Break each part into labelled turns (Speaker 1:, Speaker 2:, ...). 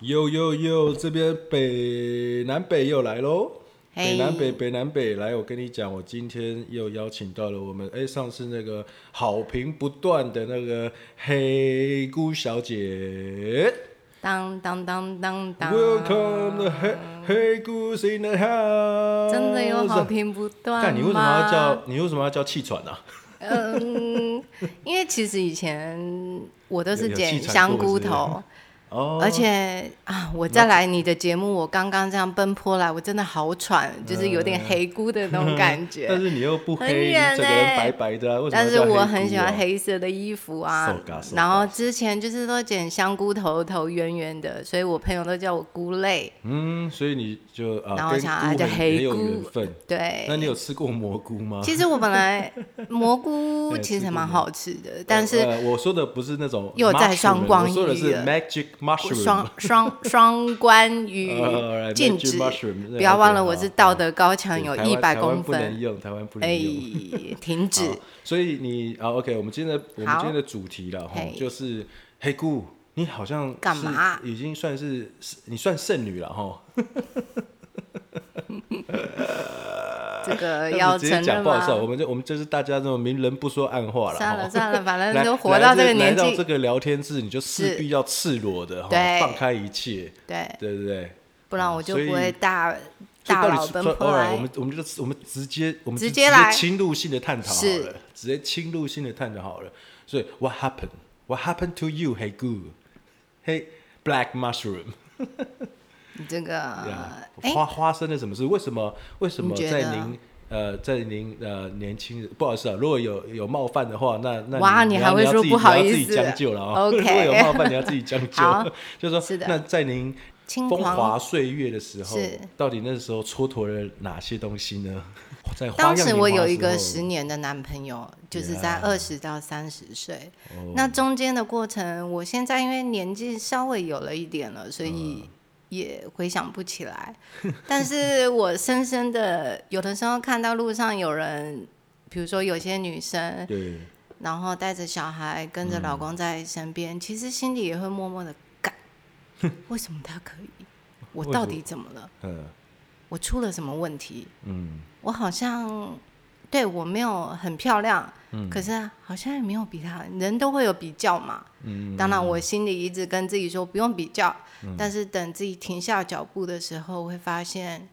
Speaker 1: 呦呦呦，这边北南北又来喽。北南北北南北，来，我跟你讲，我今天又邀请到了我们哎，上次那个好评不断的那个黑姑小姐
Speaker 2: 当当当当当，
Speaker 1: ，Welcome the 黑黑姑 in the house。
Speaker 2: 真的有好？评不断
Speaker 1: 但
Speaker 2: 吗？
Speaker 1: 你为什么要叫你为什么要叫气喘啊？
Speaker 2: 嗯，因为其实以前我都是
Speaker 1: 有有
Speaker 2: 捡
Speaker 1: 气喘
Speaker 2: 香
Speaker 1: 过
Speaker 2: 菇
Speaker 1: 是不是
Speaker 2: 头，
Speaker 1: 哦，
Speaker 2: 而且啊，我再来你的节目，我刚刚这样奔波来，我真的好喘，就是有点黑菇的那种感
Speaker 1: 但
Speaker 2: 觉。
Speaker 1: 是你又不
Speaker 2: 很
Speaker 1: 黑，你
Speaker 2: 远
Speaker 1: 整个
Speaker 2: 欸
Speaker 1: 人白白的啊，为什么
Speaker 2: 但
Speaker 1: 要
Speaker 2: 是
Speaker 1: 叫黑
Speaker 2: 我
Speaker 1: 姑
Speaker 2: 很喜欢
Speaker 1: 啊
Speaker 2: 黑色的衣服啊
Speaker 1: So ga, so，ga
Speaker 2: 然后之前就是都剪香菇头，头圆圆的，所以我朋友都叫我菇类。
Speaker 1: 嗯，所以你就啊，
Speaker 2: 然后
Speaker 1: 跟
Speaker 2: 想
Speaker 1: 菇
Speaker 2: 啊叫
Speaker 1: 很
Speaker 2: 黑
Speaker 1: 很有
Speaker 2: 菇
Speaker 1: 缘分。
Speaker 2: 对，
Speaker 1: 那你 有吃过蘑菇吗？
Speaker 2: 哎其实我本来蘑菇
Speaker 1: 对
Speaker 2: 其
Speaker 1: 吃
Speaker 2: 实
Speaker 1: 过
Speaker 2: 蛮好吃的，但是
Speaker 1: 呃、我说的不是那种
Speaker 2: 又在
Speaker 1: mushroom，
Speaker 2: 双光
Speaker 1: 我说的
Speaker 2: 鱼
Speaker 1: 是
Speaker 2: 了
Speaker 1: magic
Speaker 2: 我
Speaker 1: mushroom，
Speaker 2: 双双双关 于
Speaker 1: 呃，alright，
Speaker 2: 禁
Speaker 1: magic
Speaker 2: 止，
Speaker 1: mushroom，
Speaker 2: 不要忘了我
Speaker 1: 好
Speaker 2: 是
Speaker 1: 好
Speaker 2: 道德高墙
Speaker 1: 对
Speaker 2: 嗯有
Speaker 1: 台
Speaker 2: 一
Speaker 1: 湾
Speaker 2: 百
Speaker 1: 台湾
Speaker 2: 公
Speaker 1: 不能
Speaker 2: 分，
Speaker 1: 用，台湾不能
Speaker 2: 哎
Speaker 1: 用。，
Speaker 2: 停止
Speaker 1: 好，所以你啊，OK，我们今天的我们
Speaker 2: 好
Speaker 1: 今天的主题了哈
Speaker 2: 嘿，
Speaker 1: 就是黑姑，你好像是
Speaker 2: 干嘛
Speaker 1: 已经算是是你算剩女了哈，
Speaker 2: 这个
Speaker 1: 但是
Speaker 2: 要
Speaker 1: 哦直
Speaker 2: 承
Speaker 1: 接讲
Speaker 2: 认
Speaker 1: 不好意思啊，我
Speaker 2: 吗？
Speaker 1: 们就我们就是大家这种明人不说暗话了，
Speaker 2: 算
Speaker 1: 吼
Speaker 2: 了 算了，反
Speaker 1: 来
Speaker 2: 正都活到
Speaker 1: 来
Speaker 2: 这
Speaker 1: 这
Speaker 2: 个年
Speaker 1: 来到这
Speaker 2: 纪，
Speaker 1: 个聊天室，你就势
Speaker 2: 是
Speaker 1: 必要赤裸的哈，
Speaker 2: 对
Speaker 1: 放开一切，
Speaker 2: 对，
Speaker 1: 对不对？
Speaker 2: 不然我就
Speaker 1: 啊所以
Speaker 2: 不会大
Speaker 1: 所以
Speaker 2: 大
Speaker 1: 到
Speaker 2: 老
Speaker 1: 底
Speaker 2: 奔
Speaker 1: 是
Speaker 2: 波
Speaker 1: alright，我
Speaker 2: 来
Speaker 1: 们。我们就我们直接我们
Speaker 2: 直
Speaker 1: 就
Speaker 2: 接来
Speaker 1: 侵入性的探讨好
Speaker 2: 是
Speaker 1: 了，直接侵入性的探讨好了。所以 What happened? What happened to you? Hey goo, hey black mushroom，
Speaker 2: 这
Speaker 1: 对
Speaker 2: 个
Speaker 1: 啊，
Speaker 2: 哎，
Speaker 1: 花花生了什么事？为什么为什么
Speaker 2: 你觉
Speaker 1: 在
Speaker 2: 得
Speaker 1: 您呃在您呃年轻人不好意思啊，如果有有冒犯的话，那那
Speaker 2: 哇
Speaker 1: 你
Speaker 2: 你
Speaker 1: 要
Speaker 2: 还会
Speaker 1: 你要
Speaker 2: 说
Speaker 1: 自己
Speaker 2: 不好
Speaker 1: 你要
Speaker 2: 意
Speaker 1: 自己
Speaker 2: 思
Speaker 1: 将就了啊。
Speaker 2: OK
Speaker 1: 如果有冒犯，你要自己 将
Speaker 2: 好
Speaker 1: 就，就说
Speaker 2: 是的
Speaker 1: 那在您。
Speaker 2: 轻
Speaker 1: 风
Speaker 2: 狂
Speaker 1: 华岁月的时候
Speaker 2: 是，
Speaker 1: 到底那时候蹉跎了哪些东西呢？在花样
Speaker 2: 当
Speaker 1: 年华的
Speaker 2: 时
Speaker 1: 时
Speaker 2: 我有一个
Speaker 1: 候
Speaker 2: 十年的男朋友，就是在
Speaker 1: Yeah
Speaker 2: 二十到三十岁。
Speaker 1: 哦
Speaker 2: 那中间的过程，我现在因为年纪稍微有了一点了，所
Speaker 1: 嗯
Speaker 2: 以也回想不起来。但是我深深的，有的时候看到路上有人，比如说有些女生，
Speaker 1: 对，
Speaker 2: 然后带着小孩跟着
Speaker 1: 嗯
Speaker 2: 老公在身边，其实心里也会默默的干， 为什么他可以？我
Speaker 1: 为什
Speaker 2: 到
Speaker 1: 么
Speaker 2: 底怎么了？
Speaker 1: 嗯
Speaker 2: 我出了什么问题？
Speaker 1: 嗯，
Speaker 2: 我好像对我没有很漂亮，
Speaker 1: 嗯
Speaker 2: 可是好像也没有比他，人都会有比较嘛。
Speaker 1: 嗯
Speaker 2: 当然，我心里一直跟自己说不用比较，但是等自己停下脚步的时候，会发现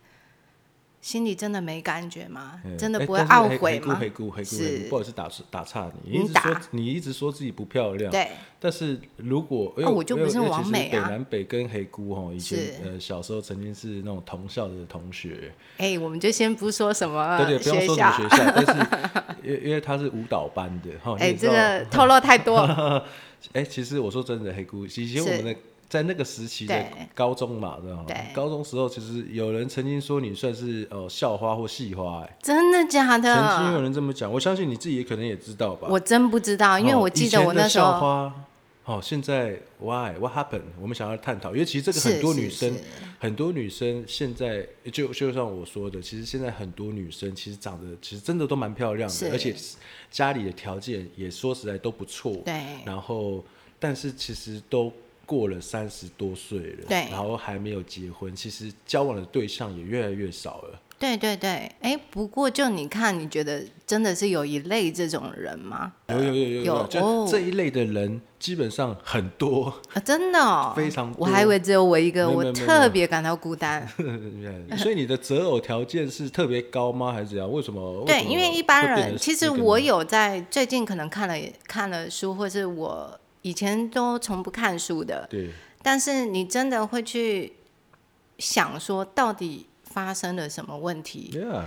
Speaker 2: 心里真的没感觉吗？
Speaker 1: 嗯
Speaker 2: 真的
Speaker 1: 哎
Speaker 2: 不会
Speaker 1: 但是
Speaker 2: 懊悔吗？
Speaker 1: 回顾回顾回顾
Speaker 2: 是
Speaker 1: 回顾，不好意思打岔打岔你，
Speaker 2: 你
Speaker 1: 一直
Speaker 2: 打
Speaker 1: 说你一直说自己不漂亮，
Speaker 2: 对，
Speaker 1: 但是如果因为
Speaker 2: 啊我就不是
Speaker 1: 因为
Speaker 2: 王
Speaker 1: 其实
Speaker 2: 美啊
Speaker 1: 北南北跟黑姑哈，以前
Speaker 2: 是
Speaker 1: 呃小时候曾经是那种同校的同学，
Speaker 2: 哎，我们就先不说什么
Speaker 1: 对对，不要
Speaker 2: 呃学
Speaker 1: 说什
Speaker 2: 校
Speaker 1: 么，学校， 但是因为因为他是舞蹈班的哈，你
Speaker 2: 哎，
Speaker 1: 也知
Speaker 2: 这
Speaker 1: 道
Speaker 2: 个透露 太多了，
Speaker 1: 哎、其实我说真的，黑姑，以前我们的在那个时期的
Speaker 2: 对
Speaker 1: 高中嘛，知道吗
Speaker 2: 对？
Speaker 1: 高中时候，其实有人曾经说你算是呃校花或系花、哎
Speaker 2: 真的假
Speaker 1: 曾经有
Speaker 2: 的？
Speaker 1: 人这么讲，我相信你自己也可能也知道吧？
Speaker 2: 我真不知啊道，因为
Speaker 1: 哦
Speaker 2: 我记得
Speaker 1: 以前
Speaker 2: 我
Speaker 1: 的
Speaker 2: 那时
Speaker 1: 校
Speaker 2: 候
Speaker 1: 花，哦，现在 why what happened？我们想要探讨，因为其实这个
Speaker 2: 是
Speaker 1: 很多
Speaker 2: 是
Speaker 1: 女生
Speaker 2: 是，
Speaker 1: 很多女生现在就就像我说的，其实现在很多女生其实长得其实真的都蛮漂亮
Speaker 2: 是
Speaker 1: 的，而且家里的条件也说实在都不错，
Speaker 2: 对
Speaker 1: 然后，但是其实都过了三十多岁了，
Speaker 2: 对
Speaker 1: 然后还没有结婚，其实交往的对象也越来越少了。
Speaker 2: 对对对，哎，不过就你看，你觉得真的是有一类这种人吗？
Speaker 1: 有有有有
Speaker 2: 有哦
Speaker 1: 就这一类的人基本上很多，
Speaker 2: 啊，真的哦，
Speaker 1: 非常
Speaker 2: 我
Speaker 1: 多
Speaker 2: 还以为只有我一个，
Speaker 1: 没有
Speaker 2: 我
Speaker 1: 没有没有
Speaker 2: 特别感到孤单。
Speaker 1: 所以你的择偶条件是特别高吗？还是怎样？为什么？
Speaker 2: 对，
Speaker 1: 什么
Speaker 2: 因为一般
Speaker 1: 会变
Speaker 2: 人
Speaker 1: 成
Speaker 2: 其
Speaker 1: 这
Speaker 2: 实
Speaker 1: 个呢
Speaker 2: 我有在最近可能看了看了书，或是我以前都从不看书的，
Speaker 1: 对
Speaker 2: 但是你真的会去想说，到底发生了什么问题？
Speaker 1: ，Yeah，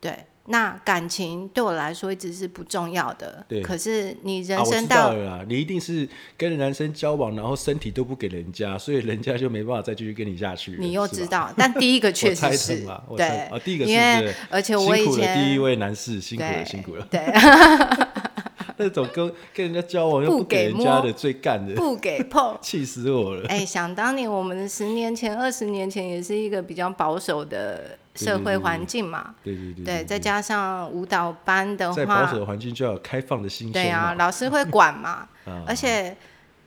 Speaker 2: 对，那感情对我来说一直是不重要的
Speaker 1: 对，
Speaker 2: 可是你
Speaker 1: 啊
Speaker 2: 人
Speaker 1: 我
Speaker 2: 生
Speaker 1: 知道
Speaker 2: 到
Speaker 1: 了啦，你一定是跟男生交往，然后身体都不给人家，所以人家就没办法再继续跟你下去了。
Speaker 2: 你又
Speaker 1: 是
Speaker 2: 知
Speaker 1: 吧，
Speaker 2: 道，但第 一个
Speaker 1: 我
Speaker 2: 确
Speaker 1: 猜
Speaker 2: 实
Speaker 1: 的
Speaker 2: 是
Speaker 1: 嘛我猜啊
Speaker 2: 对
Speaker 1: 第一个是
Speaker 2: 因
Speaker 1: 不
Speaker 2: 为
Speaker 1: 是
Speaker 2: 而且我以
Speaker 1: 辛苦了第一
Speaker 2: 前
Speaker 1: 位男士，辛苦
Speaker 2: 对
Speaker 1: 了，辛苦了。
Speaker 2: 对
Speaker 1: 那种跟跟人家交往又
Speaker 2: 不
Speaker 1: 不给
Speaker 2: 给
Speaker 1: 人家
Speaker 2: 摸
Speaker 1: 的，最干的，。
Speaker 2: 不给碰
Speaker 1: 气死我了。
Speaker 2: 哎，想当年我们十年前、二十年前也是一个比较保守的社
Speaker 1: 对对
Speaker 2: 会
Speaker 1: 对
Speaker 2: 环境嘛，
Speaker 1: 对对对
Speaker 2: 对，再加上舞蹈班的
Speaker 1: 在保
Speaker 2: 话
Speaker 1: 守，的环境就要有开放的心胸
Speaker 2: 对啊，
Speaker 1: 嘛。
Speaker 2: 老师会管嘛
Speaker 1: 啊，
Speaker 2: 而且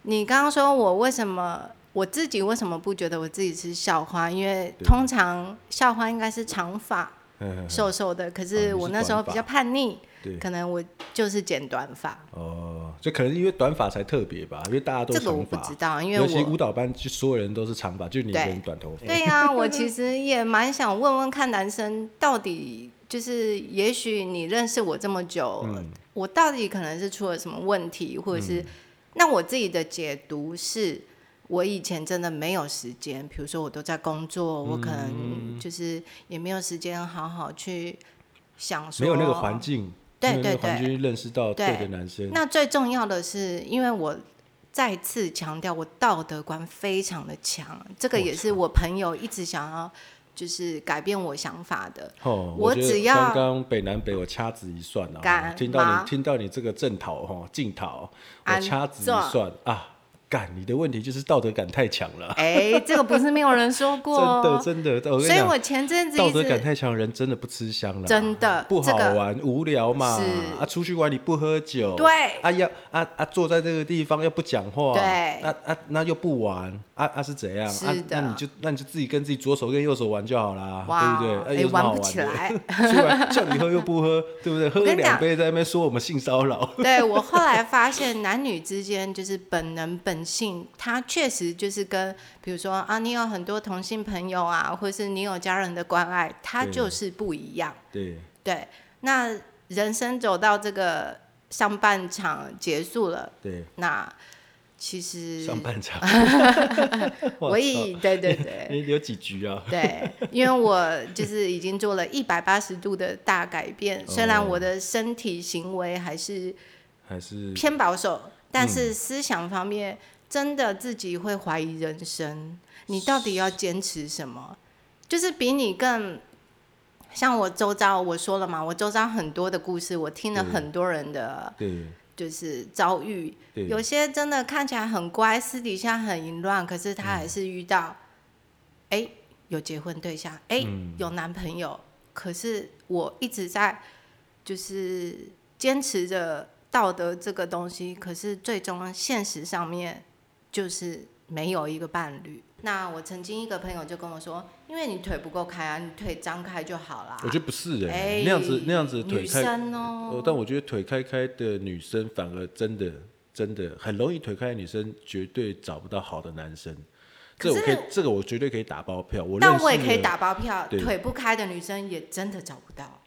Speaker 2: 你刚刚说我为什么我自己为什么不觉得我自己是校花？因为通常校花应该是长发，
Speaker 1: 嗯
Speaker 2: 瘦瘦的，可
Speaker 1: 哦你
Speaker 2: 是
Speaker 1: 是
Speaker 2: 我那时候比较
Speaker 1: 短
Speaker 2: 叛逆，
Speaker 1: 对
Speaker 2: 可能我就是剪短发。
Speaker 1: 哦，就可能因为短发才特别吧，因为大家都
Speaker 2: 这个我
Speaker 1: 长
Speaker 2: 不
Speaker 1: 发
Speaker 2: 知，道，因为
Speaker 1: 尤其
Speaker 2: 我
Speaker 1: 舞蹈班就所有人都是长发，就你一个
Speaker 2: 对
Speaker 1: 人短头发。
Speaker 2: 对呀、我其实也蛮想问问看男生到底就是，也许你认识我这么久，
Speaker 1: 嗯
Speaker 2: 我到底可能是出了什么问题，或者是、那我自己的解读是。我以前真的没有时间，比如说我都在工作，我可
Speaker 1: 嗯
Speaker 2: 能就是也没有时间好好去想说
Speaker 1: 没有那个环境，
Speaker 2: 对
Speaker 1: 没有那
Speaker 2: 对
Speaker 1: 个环境认识到对
Speaker 2: 对
Speaker 1: 的男生，
Speaker 2: 那最重要的是，因为我再次强调，我道德观非常的强，这个也是我朋友一直想要就是改变我想法的。
Speaker 1: 哦，
Speaker 2: 我
Speaker 1: 觉得
Speaker 2: 只要
Speaker 1: 刚刚北南北，我掐指一算啊，
Speaker 2: 干
Speaker 1: 听到
Speaker 2: 嘛
Speaker 1: 你听到你这个正讨哈进讨，我
Speaker 2: 安
Speaker 1: 掐指
Speaker 2: 坐
Speaker 1: 一算啊，干你的问题就是道德感太强了，
Speaker 2: 哎、这个不是没有人说过
Speaker 1: 真的
Speaker 2: 哦，
Speaker 1: 真的，我跟你
Speaker 2: 所以
Speaker 1: 讲，
Speaker 2: 我前阵子
Speaker 1: 道
Speaker 2: 一
Speaker 1: 德感
Speaker 2: 直
Speaker 1: 太强的人真的不吃香了，
Speaker 2: 真的
Speaker 1: 不好
Speaker 2: 这个
Speaker 1: 玩无聊嘛
Speaker 2: 是，
Speaker 1: 啊出去玩你不喝酒，
Speaker 2: 对
Speaker 1: 啊要啊啊坐在这个地方又不讲话，
Speaker 2: 对
Speaker 1: 啊啊那又不玩，啊啊是怎样？
Speaker 2: 是
Speaker 1: 啊
Speaker 2: 的
Speaker 1: 那你就那你就自己跟自己左手跟右手玩就好啦，
Speaker 2: 哇
Speaker 1: 对不对？
Speaker 2: 哎
Speaker 1: 啊有什么
Speaker 2: 玩
Speaker 1: 好
Speaker 2: 不
Speaker 1: 玩
Speaker 2: 起
Speaker 1: 的
Speaker 2: 来
Speaker 1: 出来叫你喝又不喝，对不对？喝
Speaker 2: 我
Speaker 1: 了
Speaker 2: 跟你讲
Speaker 1: 两杯在那边说我们性骚 扰，
Speaker 2: 对我后来发现，男女之间就是本能本性，它确实就是跟，比如说啊，你有很多同性朋友啊，或是你有家人的关爱，它
Speaker 1: 对
Speaker 2: 就是不一样。
Speaker 1: 对，
Speaker 2: 对，那人生走到这个上半场结束了，
Speaker 1: 对，
Speaker 2: 那其实
Speaker 1: 上半 场，我
Speaker 2: 我以对 对对
Speaker 1: 你有几局啊？
Speaker 2: 对，因为我就是已经做了一百八十度的大改
Speaker 1: 哦
Speaker 2: 变，虽然我的身体行为还是
Speaker 1: 还是
Speaker 2: 偏保守，但是思想方面真的自己会怀疑人生，你到底要坚持什么？就是比你更像我周遭，我说了嘛，我周遭很多的故事，我听了
Speaker 1: 对
Speaker 2: 很多人的
Speaker 1: 对
Speaker 2: 就是遭遇，
Speaker 1: 对
Speaker 2: 有些真的看起来很乖，私底下很淫乱，可是他还
Speaker 1: 嗯
Speaker 2: 是遇到，哎、有结婚对象，哎、
Speaker 1: 嗯
Speaker 2: 有男朋友，可是我一直在就是坚持着道德这个东西，可是最终啊现实上面就是没有一个伴侣。那我曾经一个朋友就跟我说，因为你腿不够开啊，你腿张开就好啦。
Speaker 1: 我觉得不是哎、
Speaker 2: 哎
Speaker 1: 那样子那样子腿
Speaker 2: 女
Speaker 1: 开
Speaker 2: 生哦、
Speaker 1: 哦，但我觉得腿开开的女生反而真的真的很容易腿开的女生，绝对找不到好的男生。这
Speaker 2: 可
Speaker 1: 我
Speaker 2: 是
Speaker 1: 可以，这个我绝对可以打包票。我认
Speaker 2: 但
Speaker 1: 识
Speaker 2: 我也可以
Speaker 1: 的，
Speaker 2: 打包票，
Speaker 1: 对
Speaker 2: 腿不开的女生也真的找不到。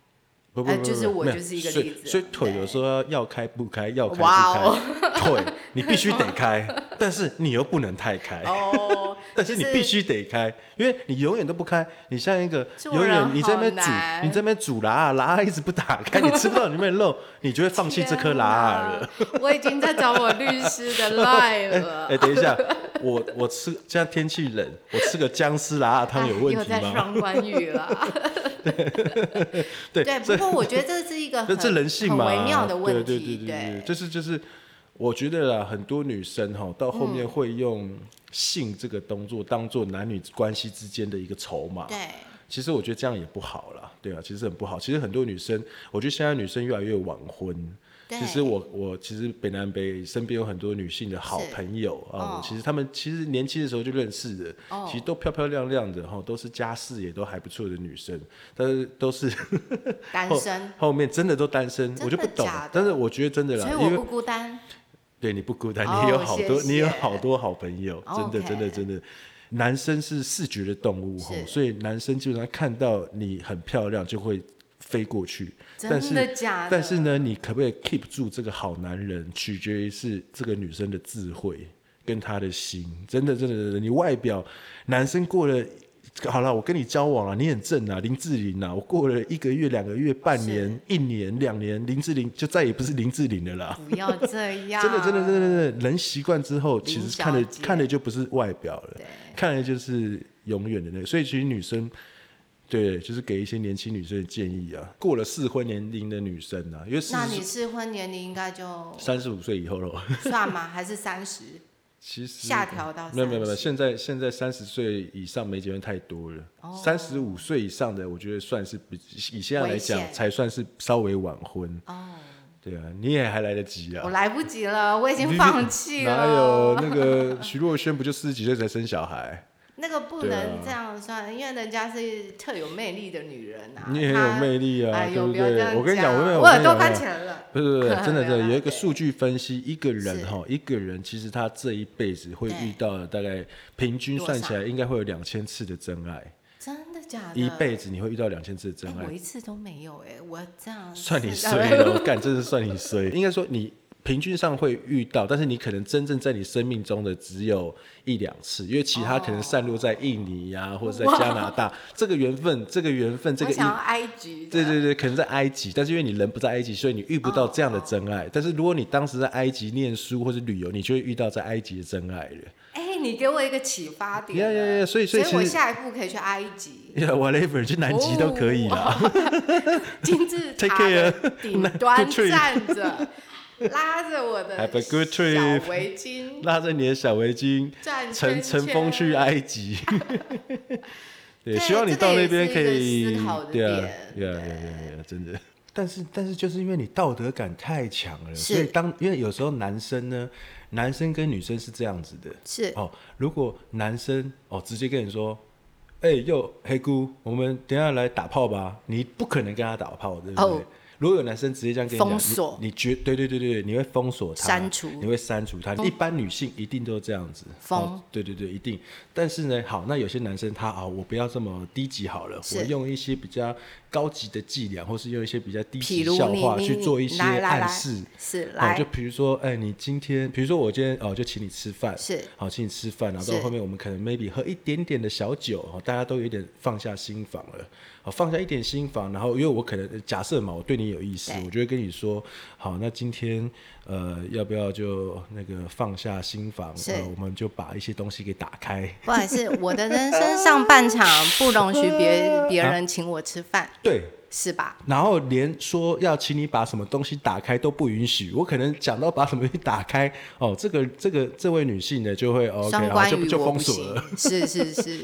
Speaker 1: 不不
Speaker 2: 呃
Speaker 1: 不不，
Speaker 2: 就是
Speaker 1: 不
Speaker 2: 我
Speaker 1: 没有
Speaker 2: 就是一个
Speaker 1: 所以
Speaker 2: 例子啊
Speaker 1: 所以腿有时候要要开不开，要开不
Speaker 2: 哇哦
Speaker 1: 开，腿你必须得 开，但是你又不能太开。，
Speaker 2: 哦
Speaker 1: 但是你
Speaker 2: 就是
Speaker 1: 必须得开，因为你永远都不开，你像一个
Speaker 2: 做
Speaker 1: 永远
Speaker 2: 人
Speaker 1: 你在那边
Speaker 2: 好
Speaker 1: 煮，
Speaker 2: 难
Speaker 1: 你在那边煮啦啊啦啊一直不打开，你吃不到里面的肉，你就会 放弃这颗啦啊了。
Speaker 2: 天哪我已经在找我律师的 line
Speaker 1: 哎、
Speaker 2: 了。
Speaker 1: 等一下，我我吃现在天气冷，我吃个姜丝辣辣汤有问
Speaker 2: 啊哎又
Speaker 1: 题
Speaker 2: 在
Speaker 1: 吗？
Speaker 2: 双关语 了。
Speaker 1: 对
Speaker 2: 对，不过我觉得这是一个
Speaker 1: 这
Speaker 2: 很
Speaker 1: 这人性嘛，
Speaker 2: 很微妙的问
Speaker 1: 对
Speaker 2: 题。
Speaker 1: 对对对，就是就是，我觉得啦，很多女生哈，到后
Speaker 2: 嗯
Speaker 1: 面会用性这个动作当做男女关系之间的一个筹码。
Speaker 2: 对
Speaker 1: 其实我觉得这样也不好啦，对啊，其实很不好。其实很多女生，我觉得现在女生越来越晚婚。
Speaker 2: 对
Speaker 1: 其实我我其实北南北身边有很多女性的好朋友啊，
Speaker 2: 哦
Speaker 1: 其实她们其实年轻的时候就认识的，
Speaker 2: 哦
Speaker 1: 其实都漂漂亮亮的哈，都是家世也都还不错的女生，但是都是
Speaker 2: 单
Speaker 1: 后
Speaker 2: 身，
Speaker 1: 后面真的都单身，
Speaker 2: 真
Speaker 1: 我就
Speaker 2: 的
Speaker 1: 不懂
Speaker 2: 假的。
Speaker 1: 但是我觉得真的啦
Speaker 2: 所以，我
Speaker 1: 因为
Speaker 2: 不孤单。
Speaker 1: 对你不孤单，
Speaker 2: 哦
Speaker 1: 你有好多，
Speaker 2: 谢谢
Speaker 1: 你有好多好朋友，
Speaker 2: 哦
Speaker 1: 真的，
Speaker 2: OK
Speaker 1: 真的，真的。男生是视觉的动物吼
Speaker 2: 是
Speaker 1: 所以男生基本上看到你很漂亮就会飞过去。
Speaker 2: 真
Speaker 1: 但是
Speaker 2: 的假的
Speaker 1: 但是呢，你可不可以 keep 住这个好男人，取决于是这个女生的智慧跟她的心。真的，真的，真的，你外表，男生过了。好了，我跟你交往了，你很正啊，林志玲啊，我过了一个月、两个月、半年、一年、两年，林志玲就再也不是林志玲了啦。
Speaker 2: 不要这样，
Speaker 1: 真的，真的， 真的，真的，人习惯之后，其
Speaker 2: 林
Speaker 1: 实看的
Speaker 2: 小姐
Speaker 1: 看的就不是外表了
Speaker 2: 对，
Speaker 1: 看的就是永远的那个。所以其实女生，对，就是给一些年轻女生的建议啊，过了适婚年龄的女生啊，因为四
Speaker 2: 那你适婚年龄应该就
Speaker 1: 三十五岁以后喽，
Speaker 2: 算吗？还是三十？
Speaker 1: 其实
Speaker 2: 下调到
Speaker 1: 没有没有没有，
Speaker 2: 30
Speaker 1: 现在现在三十岁以上没结婚太多了，
Speaker 2: 哦
Speaker 1: 三十五岁以上的我觉得算是比以现在来
Speaker 2: 危
Speaker 1: 讲
Speaker 2: 险
Speaker 1: 才算是稍微晚婚。
Speaker 2: 哦，
Speaker 1: 对啊，你也还来得及啊
Speaker 2: 我。来不及了，我已
Speaker 1: 你
Speaker 2: 经
Speaker 1: 就
Speaker 2: 放弃
Speaker 1: 哪
Speaker 2: 了。
Speaker 1: 有那 个徐若瑄不就四十几岁才生小孩？
Speaker 2: 那个不
Speaker 1: 对啊
Speaker 2: 能这样算，因为人家是特有魅力的女人啊。
Speaker 1: 你也很有
Speaker 2: 她
Speaker 1: 魅力啊，
Speaker 2: 哎
Speaker 1: 对
Speaker 2: 呦，
Speaker 1: 不
Speaker 2: 不要这样
Speaker 1: 对？我跟你讲，我
Speaker 2: 讲
Speaker 1: 跟你讲，
Speaker 2: 我
Speaker 1: 跟
Speaker 2: 耳
Speaker 1: 你
Speaker 2: 朵
Speaker 1: 讲
Speaker 2: 宽
Speaker 1: 没有
Speaker 2: 起来了。
Speaker 1: 不是不是，真的
Speaker 2: 没有
Speaker 1: 真的
Speaker 2: 啦
Speaker 1: 有一个
Speaker 2: 对
Speaker 1: 数据分析，一个人
Speaker 2: 是
Speaker 1: 哈，一个人其实他这一辈子会
Speaker 2: 对
Speaker 1: 遇到的大概平均
Speaker 2: 多
Speaker 1: 算起
Speaker 2: 少
Speaker 1: 来应该会有两千次的真爱，
Speaker 2: 真的假的？
Speaker 1: 一辈子你会遇到两千次的真
Speaker 2: 哎
Speaker 1: 爱
Speaker 2: 我，一次都没有哎，我这 样
Speaker 1: 算你
Speaker 2: 是
Speaker 1: 衰了，我干，真是算你衰。应该说你平均上会遇到，但是你可能真正在你生命中的只有一两次，因为其他可能散落在印尼呀、或者在加拿大。这个缘分，这个缘分，这
Speaker 2: 我
Speaker 1: 个
Speaker 2: 想
Speaker 1: 因
Speaker 2: 要埃及的。
Speaker 1: 对对对，可能在埃及，但是因为你人不在埃及，所以你遇不到这样的真爱。但是如果你当时在埃及念书或者旅游，你就会遇到在埃及的真爱了。
Speaker 2: 哎，你给我一个启发点
Speaker 1: 呀
Speaker 2: 了。
Speaker 1: 呀呀所以所
Speaker 2: 所
Speaker 1: 以
Speaker 2: 以
Speaker 1: 其
Speaker 2: 我
Speaker 1: 实
Speaker 2: 下一步可以去埃及，
Speaker 1: Yeah, whatever，去南极都可以啦。
Speaker 2: 金字
Speaker 1: Take
Speaker 2: 塔的
Speaker 1: care.
Speaker 2: 顶
Speaker 1: Good
Speaker 2: 端
Speaker 1: trip.
Speaker 2: 站着，拉着我的
Speaker 1: Have a good
Speaker 2: 小
Speaker 1: trip.
Speaker 2: 围 巾，
Speaker 1: 拉着你的小围巾，
Speaker 2: 转
Speaker 1: 乘
Speaker 2: 圈
Speaker 1: 乘风
Speaker 2: 圈
Speaker 1: 去埃 及。对，
Speaker 2: 对
Speaker 1: 希望你
Speaker 2: 这个
Speaker 1: 到那
Speaker 2: 也
Speaker 1: 边
Speaker 2: 是一
Speaker 1: 可
Speaker 2: 个
Speaker 1: 以
Speaker 2: 思考的，
Speaker 1: 对啊，
Speaker 2: 点
Speaker 1: 对啊，对啊对啊，真的。但是，但是就是因为你道德感太强了，
Speaker 2: 是
Speaker 1: 所以当因为有时候男生呢，男生跟女生是这样子的，
Speaker 2: 是
Speaker 1: 哦，如果男生哦直接跟你说，哎、哟黑姑，我们等一下来打炮吧，你不可能跟他打炮，对不对
Speaker 2: 哦
Speaker 1: 如果有男生直接这样跟你讲，
Speaker 2: 封锁
Speaker 1: 你，你绝对对对对，你会封锁他，
Speaker 2: 删除
Speaker 1: 你会删除他。一般女性一定都这样子，
Speaker 2: 封
Speaker 1: 哦对对对，一定。但是呢，好，那有些男生他啊、我不要这么低级好了，
Speaker 2: 是
Speaker 1: 我用一些比较高级的伎俩，或是用一些比较低
Speaker 2: 譬
Speaker 1: 级
Speaker 2: 如
Speaker 1: 笑
Speaker 2: 你
Speaker 1: 话
Speaker 2: 你
Speaker 1: 去
Speaker 2: 你
Speaker 1: 做一些
Speaker 2: 来来来
Speaker 1: 暗示。
Speaker 2: 是
Speaker 1: 哦，
Speaker 2: 来
Speaker 1: 就比如说，哎、你今天，比如说我今天哦，就请你吃饭，
Speaker 2: 是
Speaker 1: 好、请你吃饭，然后到
Speaker 2: 是
Speaker 1: 后面我们可能 maybe 喝一点点的小酒，哦，大家都有一点放下心房了，哦，放下一点心房，然后因为我可能呃假设嘛，我对你有意思
Speaker 2: 对，
Speaker 1: 我就会跟你说，好，那今天呃，要不要就那个放下心房，
Speaker 2: 是
Speaker 1: 呃，我们就把一些东西给打开，
Speaker 2: 不好意思，我的人生上半场不容许别别
Speaker 1: 啊
Speaker 2: 人请我吃饭，
Speaker 1: 对，
Speaker 2: 是吧？
Speaker 1: 然后连说要请你把什么东西打开都不允许，我可能讲到把什么东西打开，哦，这个这个这位女性呢就会哦 OK，
Speaker 2: 双
Speaker 1: 然后
Speaker 2: 关
Speaker 1: 就
Speaker 2: 语
Speaker 1: 就
Speaker 2: 我
Speaker 1: 封
Speaker 2: 不
Speaker 1: 锁
Speaker 2: 行
Speaker 1: 了，
Speaker 2: 是是 是，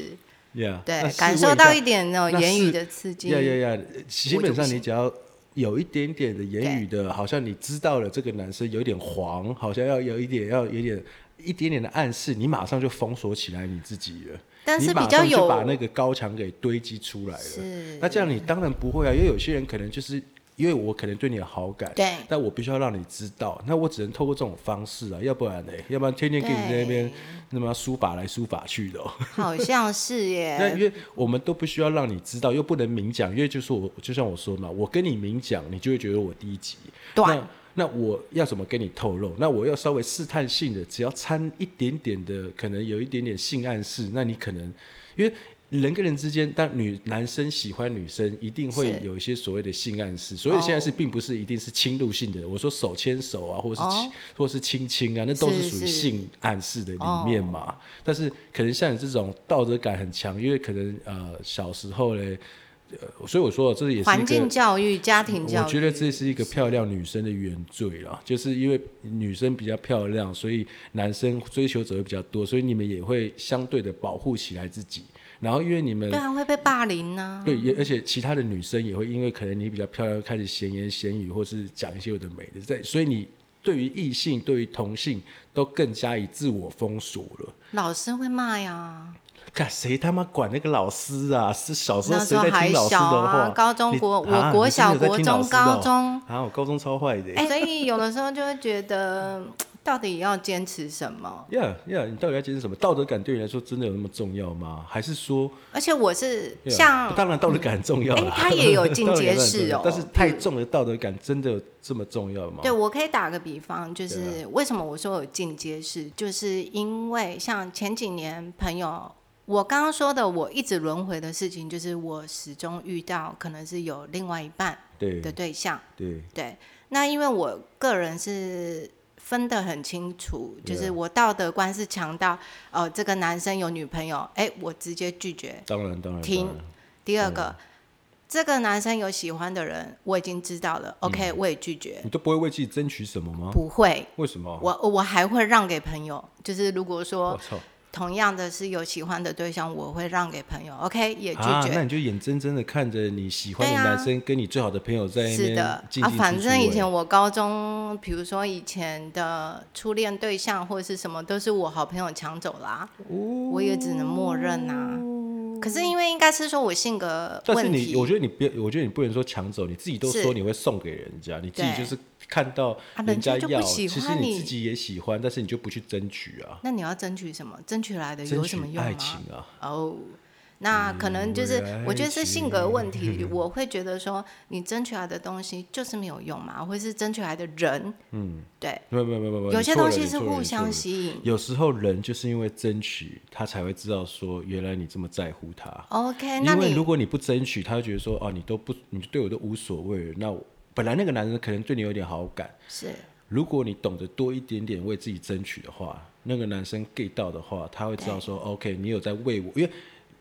Speaker 1: ，Yeah，那
Speaker 2: 对，
Speaker 1: 试
Speaker 2: 感
Speaker 1: 问
Speaker 2: 受到
Speaker 1: 下
Speaker 2: 一点那种
Speaker 1: 那
Speaker 2: 言
Speaker 1: 是
Speaker 2: 语的刺激
Speaker 1: 呀呀呀！基
Speaker 2: 我
Speaker 1: 本
Speaker 2: 就不
Speaker 1: 上你
Speaker 2: 行
Speaker 1: 只要有一点点的言语的，好像你知道了这个男生有点黄，好像要有一点要有一点一点点的暗示，你马上就封锁起来你自己了。
Speaker 2: 但
Speaker 1: 你
Speaker 2: 是
Speaker 1: 马
Speaker 2: 比较
Speaker 1: 上就
Speaker 2: 有
Speaker 1: 把那个高墙给堆积出来了。
Speaker 2: 是
Speaker 1: 那这样你当然不会啊，因为有些人可能就是。因为我可能对你有好感，
Speaker 2: 对
Speaker 1: 但我必须要让你知道，那我只能透过这种方式啊，要不然呢，要不然天天跟你在那边
Speaker 2: 对
Speaker 1: 那么书法来书法去的、哦，
Speaker 2: 好像是
Speaker 1: 那
Speaker 2: 耶，
Speaker 1: 因为我们都不需要让你知道，又不能明讲，因为就是我，就像我说嘛，我跟你明讲，你就会觉得我低级。
Speaker 2: 短
Speaker 1: 那那我要怎么跟你透露？那我要稍微试探性的，只要掺一点点的，可能有一点点性暗示，那你可能因为。人跟人之间，但女男生喜欢女生，一定会
Speaker 2: 是哦
Speaker 1: 有一些所谓的性暗示。所谓的性暗示，并不是一定是侵入性的。我说手牵手啊，或是亲、
Speaker 2: 哦
Speaker 1: 或是亲亲啊，那都是
Speaker 2: 是
Speaker 1: 属于
Speaker 2: 是
Speaker 1: 性暗示的里面嘛。
Speaker 2: 哦
Speaker 1: 但是可能像你这种道德感很强，因为可能呃小时候嘞，呃，所以我说这也是
Speaker 2: 环
Speaker 1: 一
Speaker 2: 境
Speaker 1: 个。嗯
Speaker 2: 教育、家庭教育，
Speaker 1: 我觉得这是一个漂亮女生的原罪啦，就是因为女生比较漂亮，所以男生追求者会比较多，所以你们也会相对的保护起来自己。然后因为你们
Speaker 2: 对啊，会被霸凌呢、
Speaker 1: 对，也而且其他的女生也会因为可能你比较漂亮，开始闲言闲语，或是讲一些有的没的，在所以你对于异性、对于同性都更加以自我封锁了。
Speaker 2: 老师会骂呀。
Speaker 1: 看谁他妈管那个老师啊？是小时候
Speaker 2: 那时
Speaker 1: 谁
Speaker 2: 候
Speaker 1: 在听
Speaker 2: 还
Speaker 1: 老师的
Speaker 2: 小
Speaker 1: 话？
Speaker 2: 啊高中
Speaker 1: 你
Speaker 2: 国我
Speaker 1: 啊
Speaker 2: 国
Speaker 1: 你真的
Speaker 2: 小
Speaker 1: 有在
Speaker 2: 国
Speaker 1: 听老
Speaker 2: 中
Speaker 1: 师的哦
Speaker 2: 高中哎
Speaker 1: 啊，我高中超坏的。
Speaker 2: 所以有的时候就会觉得，到底要坚持什么？
Speaker 1: 呀呀，你到底要坚持什么？道德感对你来说真的有那么重要吗？还是说
Speaker 2: 而且我是
Speaker 1: Yeah，
Speaker 2: 像
Speaker 1: 当然道德感很重要
Speaker 2: 哎
Speaker 1: 啦，
Speaker 2: 它也有
Speaker 1: 道德
Speaker 2: 进
Speaker 1: 感
Speaker 2: 阶
Speaker 1: 很重
Speaker 2: 式
Speaker 1: 要
Speaker 2: 哦
Speaker 1: 但是太重的道德感真的有这么重要吗？
Speaker 2: 对，我可以打个比方，
Speaker 1: 对
Speaker 2: 就是为什么我说有进阶式，就是因为像前几年朋友，我刚刚说的，我一直轮回的事情，就是我始终遇到可能是有另外一半
Speaker 1: 对
Speaker 2: 的对象。
Speaker 1: 对
Speaker 2: 对，那因为我个人是分得很清楚，就
Speaker 1: Yeah
Speaker 2: 是我道德观是强到，呃，这个男生有女朋友，哎，我直接拒绝。
Speaker 1: 当然当然。
Speaker 2: 听
Speaker 1: 当然
Speaker 2: 第二个，
Speaker 1: 嗯
Speaker 2: 这个男生有喜欢的人，我已经知道了，OK，、我也
Speaker 1: 嗯
Speaker 2: 拒绝，
Speaker 1: 你都不会为自己争取什么吗？
Speaker 2: 不会，
Speaker 1: 为什么？
Speaker 2: 我我还会让给朋友，就是如果
Speaker 1: 我
Speaker 2: 说
Speaker 1: 操！
Speaker 2: 同样的是有喜欢的对象，我会让给朋友，OK 也拒
Speaker 1: 啊，那
Speaker 2: 绝。
Speaker 1: 你就眼睁睁的看着你喜欢的
Speaker 2: 对啊
Speaker 1: 男生跟你最好的朋友在那
Speaker 2: 是
Speaker 1: 边
Speaker 2: 的
Speaker 1: 进进
Speaker 2: 啊，
Speaker 1: 出出
Speaker 2: 反正以
Speaker 1: 欸
Speaker 2: 前我高中，比如说以前的初恋对象或者是什么，都是我好朋友抢走啦、
Speaker 1: 哦
Speaker 2: 我也只能默认呐、可是因为应该是说我性格
Speaker 1: 但是
Speaker 2: 问
Speaker 1: 你，
Speaker 2: 题，
Speaker 1: 我觉得你不要，我觉得你不能说抢走，你自己都
Speaker 2: 是
Speaker 1: 说你会送给人家，你自己
Speaker 2: 对
Speaker 1: 就是看到
Speaker 2: 啊人
Speaker 1: 家
Speaker 2: 家就不
Speaker 1: 要，
Speaker 2: 喜
Speaker 1: 其实
Speaker 2: 欢
Speaker 1: 你
Speaker 2: 你
Speaker 1: 自己也喜欢，但是你就不去争取啊，
Speaker 2: 那你要争取什么？争取来的
Speaker 1: 争
Speaker 2: 有什
Speaker 1: 取
Speaker 2: 么用
Speaker 1: 爱
Speaker 2: 吗？
Speaker 1: 情啊，
Speaker 2: 哦，那可能就是
Speaker 1: 嗯
Speaker 2: 我觉得是
Speaker 1: 爱
Speaker 2: 性格问 题，我会觉得说你争取来的东西就是没有用嘛，或是争取来的人，
Speaker 1: 嗯，
Speaker 2: 对，
Speaker 1: 没有没有没有没有，
Speaker 2: 有
Speaker 1: 你
Speaker 2: 些
Speaker 1: 错
Speaker 2: 东
Speaker 1: 了
Speaker 2: 西
Speaker 1: 你
Speaker 2: 是
Speaker 1: 错了
Speaker 2: 互
Speaker 1: 你错
Speaker 2: 相
Speaker 1: 了
Speaker 2: 吸引。
Speaker 1: 有时候人就是因为争取，他才会知道说原来你这么在乎他。
Speaker 2: OK，那哦哎
Speaker 1: 因为
Speaker 2: 你
Speaker 1: 如果你不争取，他会觉得说哦，你都不，你对我都无所谓了。那我本来那个男人可能对你有点好感，
Speaker 2: 是
Speaker 1: 如果你懂得多一点点为自己争取的话，那个男生 get 到的话，他会知道说哦 OK，你有在为我，因为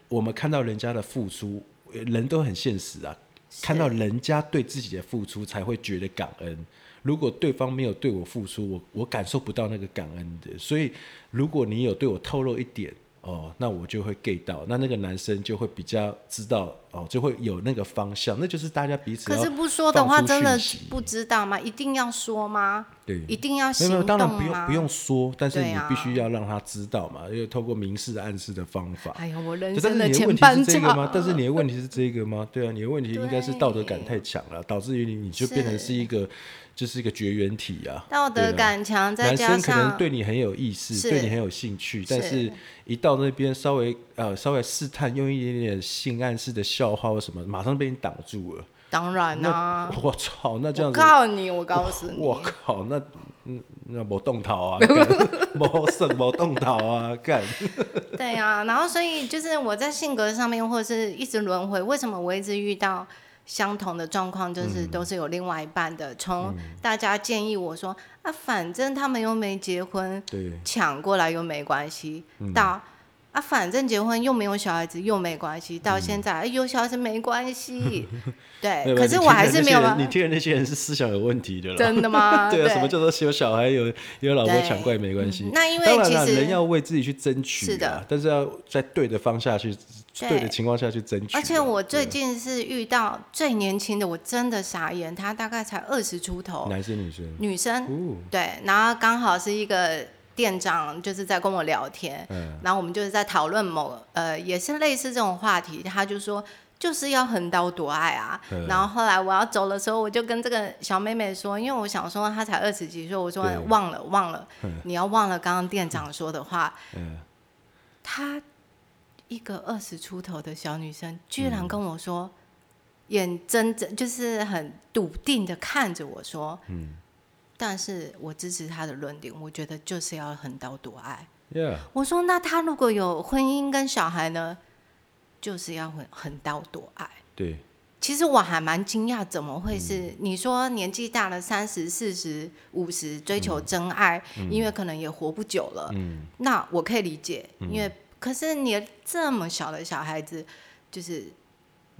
Speaker 1: 我们看到人家的付出，呃人都很现实啊，看到人家对自己的付出才会觉得感恩。如果对方没有对我付出，我我感受不到那个感恩的。所以，如果你有对我透露一点哦，那我就会 get 到，那那个男生就会比较知道哦，就会有那个方向，那就是大家彼此。
Speaker 2: 可是不说的话，真的
Speaker 1: 不。
Speaker 2: 不知道吗？一定要说吗？
Speaker 1: 对
Speaker 2: 一定要
Speaker 1: 没
Speaker 2: 行
Speaker 1: 有没有，
Speaker 2: 动吗？
Speaker 1: 当然不用不用说，但是
Speaker 2: 对
Speaker 1: 你
Speaker 2: 啊
Speaker 1: 必须要让他知道嘛，因为透过明示暗示的方法。
Speaker 2: 哎呀，我人
Speaker 1: 可但
Speaker 2: 生
Speaker 1: 是你的
Speaker 2: 前
Speaker 1: 问题
Speaker 2: 半
Speaker 1: 是这个吗
Speaker 2: 场？，
Speaker 1: 但是你的问题是这个 吗？对啊，你的问题应该是道德感太强了，导致于你你就变成是一个就是一个绝缘体啊。
Speaker 2: 道德感强，
Speaker 1: 对啊，男
Speaker 2: 再加
Speaker 1: 生可能
Speaker 2: 上
Speaker 1: 对你很有意思，
Speaker 2: 是
Speaker 1: 对你很有兴趣，但是
Speaker 2: 是
Speaker 1: 一到那边稍微呃稍微试探，用一点点性暗示的笑话或什么，马上被你挡住了。
Speaker 2: 当然啦、
Speaker 1: 那我操，那这
Speaker 2: 我
Speaker 1: 样子
Speaker 2: 告你，我告诉你，
Speaker 1: 我靠，那嗯那没动逃 啊，干没剩没动逃啊，干
Speaker 2: 对呀、然后所以就是我在性格上面，或者是一直轮回，为什么我一直遇到相同的状况，就是
Speaker 1: 嗯
Speaker 2: 都是有另外一半的。从大家建议我说啊，反正他们又没结婚，
Speaker 1: 对
Speaker 2: 抢过来又没关系，
Speaker 1: 嗯
Speaker 2: 到。啊，反正结婚又没有小孩子，又没关系。到现在、哎有小孩子没关 系，
Speaker 1: 嗯没
Speaker 2: 对。
Speaker 1: 有
Speaker 2: 哎
Speaker 1: 你
Speaker 2: 可是
Speaker 1: 听
Speaker 2: 我
Speaker 1: 的
Speaker 2: 还是
Speaker 1: 那
Speaker 2: 没
Speaker 1: 些
Speaker 2: 有
Speaker 1: 人
Speaker 2: 办
Speaker 1: 你听的那些人是思想有问题的啦。
Speaker 2: 真的 吗？
Speaker 1: 对啊，什么叫做有小孩有有老婆抢过也没关系
Speaker 2: 嗯？那因为
Speaker 1: 当然啦
Speaker 2: 其实
Speaker 1: 人要为自己去争取啊，
Speaker 2: 是的
Speaker 1: 但是要在对的方下去，
Speaker 2: 对
Speaker 1: 对的情况下去争取啊。
Speaker 2: 而且我最
Speaker 1: 对
Speaker 2: 近是遇到最年轻的，我真的傻眼，他大概才二十出头，
Speaker 1: 男生女生，
Speaker 2: 女生，
Speaker 1: 哦，
Speaker 2: 对，然后刚好是一个店长，就是在跟我聊天，
Speaker 1: 嗯，
Speaker 2: 然后我们就是在讨论某呃，也是类似这种话题，他就说。就是要横刀夺爱啊！
Speaker 1: 嗯
Speaker 2: 然后后来我要走的时候，我就跟这个小妹妹说，因为我想说她才二十几岁，我说
Speaker 1: 对
Speaker 2: 忘了忘了
Speaker 1: 嗯，
Speaker 2: 你要忘了刚刚店长说的话，
Speaker 1: 嗯，
Speaker 2: 她一个二十出头的小女生，居然跟我说，眼睁睁就是很笃定的看着我说，
Speaker 1: 嗯
Speaker 2: 但是我支持她的论点，我觉得就是要横刀夺爱。
Speaker 1: ，Yeah，
Speaker 2: 我说，那她如果有婚姻跟小孩呢，就是要横横刀夺爱。
Speaker 1: 对，
Speaker 2: 其实我还蛮惊讶，怎么会
Speaker 1: 嗯
Speaker 2: 是、你说年纪大了三十四十五十追求真爱，因为可能也活不久了，
Speaker 1: 嗯，
Speaker 2: 那我可以理解，因为可是你这么小的小孩子，就是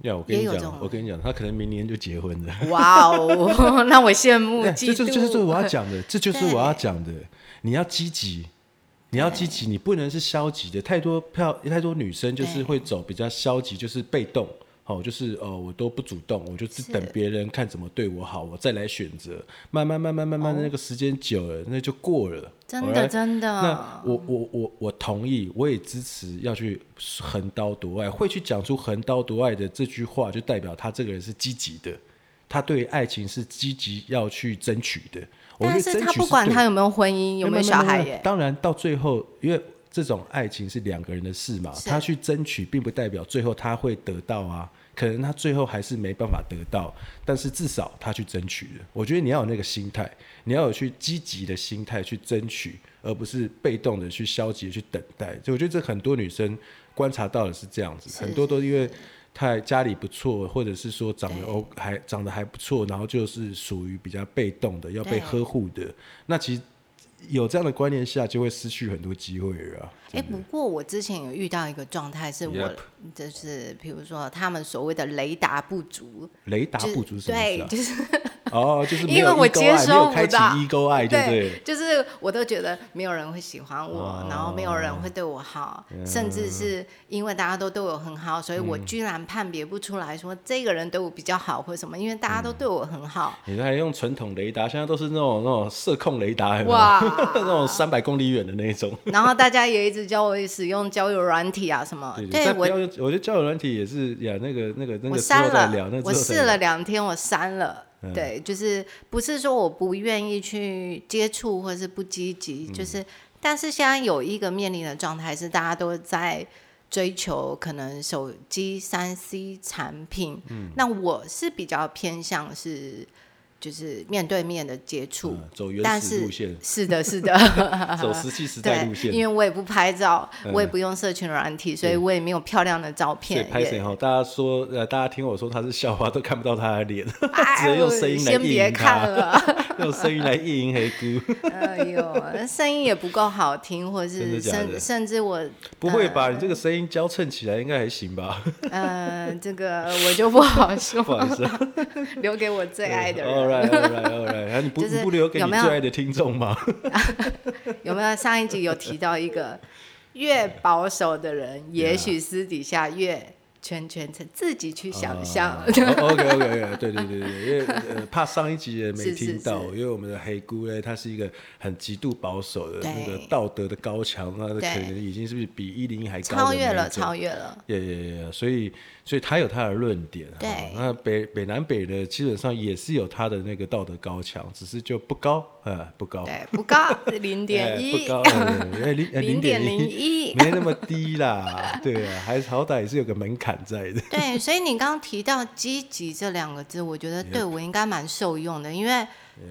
Speaker 1: 呀，我跟
Speaker 2: 也
Speaker 1: 你
Speaker 2: 有这种啊
Speaker 1: 讲，我跟你讲，他可能明年就结婚了。
Speaker 2: 哇哦， 让我羡 慕
Speaker 1: 对，
Speaker 2: 嫉
Speaker 1: 哎这就这就是
Speaker 2: 妒
Speaker 1: 我要讲 的，这就是
Speaker 2: 对
Speaker 1: 我要讲的。你要积极，你要积极，你不能是消极的。太多漂太多女生就是
Speaker 2: 对
Speaker 1: 会走比较消极，就是被动。哦，就是哦，我都不主动，我就是
Speaker 2: 是
Speaker 1: 等别人看怎么对我好，我再来选择。慢慢慢慢慢慢，那个时间久了，那就过了。
Speaker 2: 哦真的
Speaker 1: Alright？
Speaker 2: 真
Speaker 1: 那
Speaker 2: 的，
Speaker 1: 我我我我同意，我也支持要去横刀夺爱，会去讲出横刀夺爱的这句话，就代表他这个人是积极的，他对爱情是积极要去争取的。我觉
Speaker 2: 但
Speaker 1: 得
Speaker 2: 是
Speaker 1: 争
Speaker 2: 他
Speaker 1: 取
Speaker 2: 不管
Speaker 1: 对
Speaker 2: 他
Speaker 1: 的
Speaker 2: 有没有婚姻，有没有小孩耶，
Speaker 1: 当然到最后，因为这种爱情是两个人的事嘛，
Speaker 2: 是
Speaker 1: 他去争取，并不代表最后他会得到啊。可能他最后还是没办法得到，但是至少他去争取了。我觉得你要有那个心态，你要有去积极的心态去争取，而不是被动的去消极的去等待。所以我觉得这很多女生观察到的是这样子，
Speaker 2: 是
Speaker 1: 很多都因为太家里不错，或者是说长得哦还长得还不错，然后就是属于比较被动的，要被
Speaker 2: 对
Speaker 1: 呵护的。那其实有这样的观念下，就会失去很多机会了啊。
Speaker 2: 哎、不过我之前有遇到一个状态，是我
Speaker 1: Yep
Speaker 2: 就是比如说他们所谓的雷达不足，
Speaker 1: 雷达
Speaker 2: 就是
Speaker 1: 不足是什么意，
Speaker 2: 对
Speaker 1: 思啊？
Speaker 2: 就是
Speaker 1: 哦， 就是没有
Speaker 2: 因为我
Speaker 1: ego
Speaker 2: 接
Speaker 1: 爱没有
Speaker 2: 收不
Speaker 1: 开启
Speaker 2: 到
Speaker 1: ego 爱，对不对？
Speaker 2: 就是我都觉得没有人会喜欢我，
Speaker 1: 哦嗯
Speaker 2: 然后没有人会对我好，甚至是因为大家都对我很好，所以我居然判别不出来说这个人对我比较好或什么，因为大家
Speaker 1: 嗯
Speaker 2: 都对我很好。
Speaker 1: 你还用传统雷达，现在都是那种那种射控雷达，有没有
Speaker 2: 哇
Speaker 1: 那种三百公里远的那一种。
Speaker 2: 然后大家也一直教我使用交友软体啊什么，
Speaker 1: 对，
Speaker 2: 对
Speaker 1: 但不
Speaker 2: 我
Speaker 1: 要用，我觉得交友软体也是呀，那个那个那
Speaker 2: 我
Speaker 1: 个之后
Speaker 2: 删
Speaker 1: 再聊，那嗯个，
Speaker 2: 了
Speaker 1: 之后
Speaker 2: 我
Speaker 1: 再
Speaker 2: 试
Speaker 1: 聊
Speaker 2: 了两天，我删了。对，就是不是说我不愿意去接触，或是不积极，
Speaker 1: 嗯
Speaker 2: 就是但是现在有一个面临的状态是，大家都在追求可能手机三
Speaker 1: 嗯
Speaker 2: C 产品，那我是比较偏向是就是面对面的接触，
Speaker 1: 嗯走
Speaker 2: 但
Speaker 1: 原始
Speaker 2: 是，
Speaker 1: 路线
Speaker 2: 是的，是的，
Speaker 1: 走石器时代
Speaker 2: 呃对
Speaker 1: 路，线。嗯
Speaker 2: 因为我也不拍照，我也不用社群软体，所以我也没有漂亮的照
Speaker 1: 所以
Speaker 2: 片，
Speaker 1: 拍谁
Speaker 2: 也
Speaker 1: 哈？大家说，呃，大家听我说他是校花，都看不到他的脸，
Speaker 2: 哎
Speaker 1: 只能用声音来
Speaker 2: 先
Speaker 1: 意
Speaker 2: 别
Speaker 1: 淫他
Speaker 2: 看，了。
Speaker 1: 用声音来意淫黑姑。
Speaker 2: 哎呦，那声音也不够好听，或
Speaker 1: 真的
Speaker 2: 是
Speaker 1: 假
Speaker 2: 甚
Speaker 1: 的
Speaker 2: 甚至我
Speaker 1: 不会
Speaker 2: 嗯
Speaker 1: 吧？你这个声音娇衬起来应该还行吧？
Speaker 2: 呃，这个我就不好说，
Speaker 1: 不好意思 啊，
Speaker 2: 留给我最爱的
Speaker 1: All
Speaker 2: 人。
Speaker 1: right, all right, all right。啊你不
Speaker 2: 就是
Speaker 1: 你不留给
Speaker 2: 有
Speaker 1: 你
Speaker 2: 没有
Speaker 1: 最爱的听众吗？
Speaker 2: 有没有上一集有提到一个越保守的人，也许私底下越圈圈层，自己去
Speaker 1: 啊
Speaker 2: 想
Speaker 1: 哦
Speaker 2: 象。
Speaker 1: OK OK OK，对对对对，因为呃怕上一集也没
Speaker 2: 是是
Speaker 1: 听到，
Speaker 2: 是
Speaker 1: 因为我们的黑姑呢，她是一个很极度保守的
Speaker 2: 对
Speaker 1: 那个道德的高墙，啊那可
Speaker 2: 对
Speaker 1: 能已经是不是比一零一还高的
Speaker 2: 超越
Speaker 1: 那
Speaker 2: 了，
Speaker 1: 一种
Speaker 2: 超越了，
Speaker 1: 也也也，所以所以他有他的论点。
Speaker 2: 对
Speaker 1: 哦那北北南北的基本上也是有他的那个道德高墙，只是就不高，呃，不高，
Speaker 2: 对，不高，零点
Speaker 1: 哎
Speaker 2: 一
Speaker 1: 不， 高，哎零哎
Speaker 2: 零
Speaker 1: 点
Speaker 2: 点零一，
Speaker 1: 没那么低啦， 对啊，还是好歹也是有个门槛在的。
Speaker 2: 对，所以你刚刚提到“积极”这两个字，我觉得对我应该蛮受用的，因为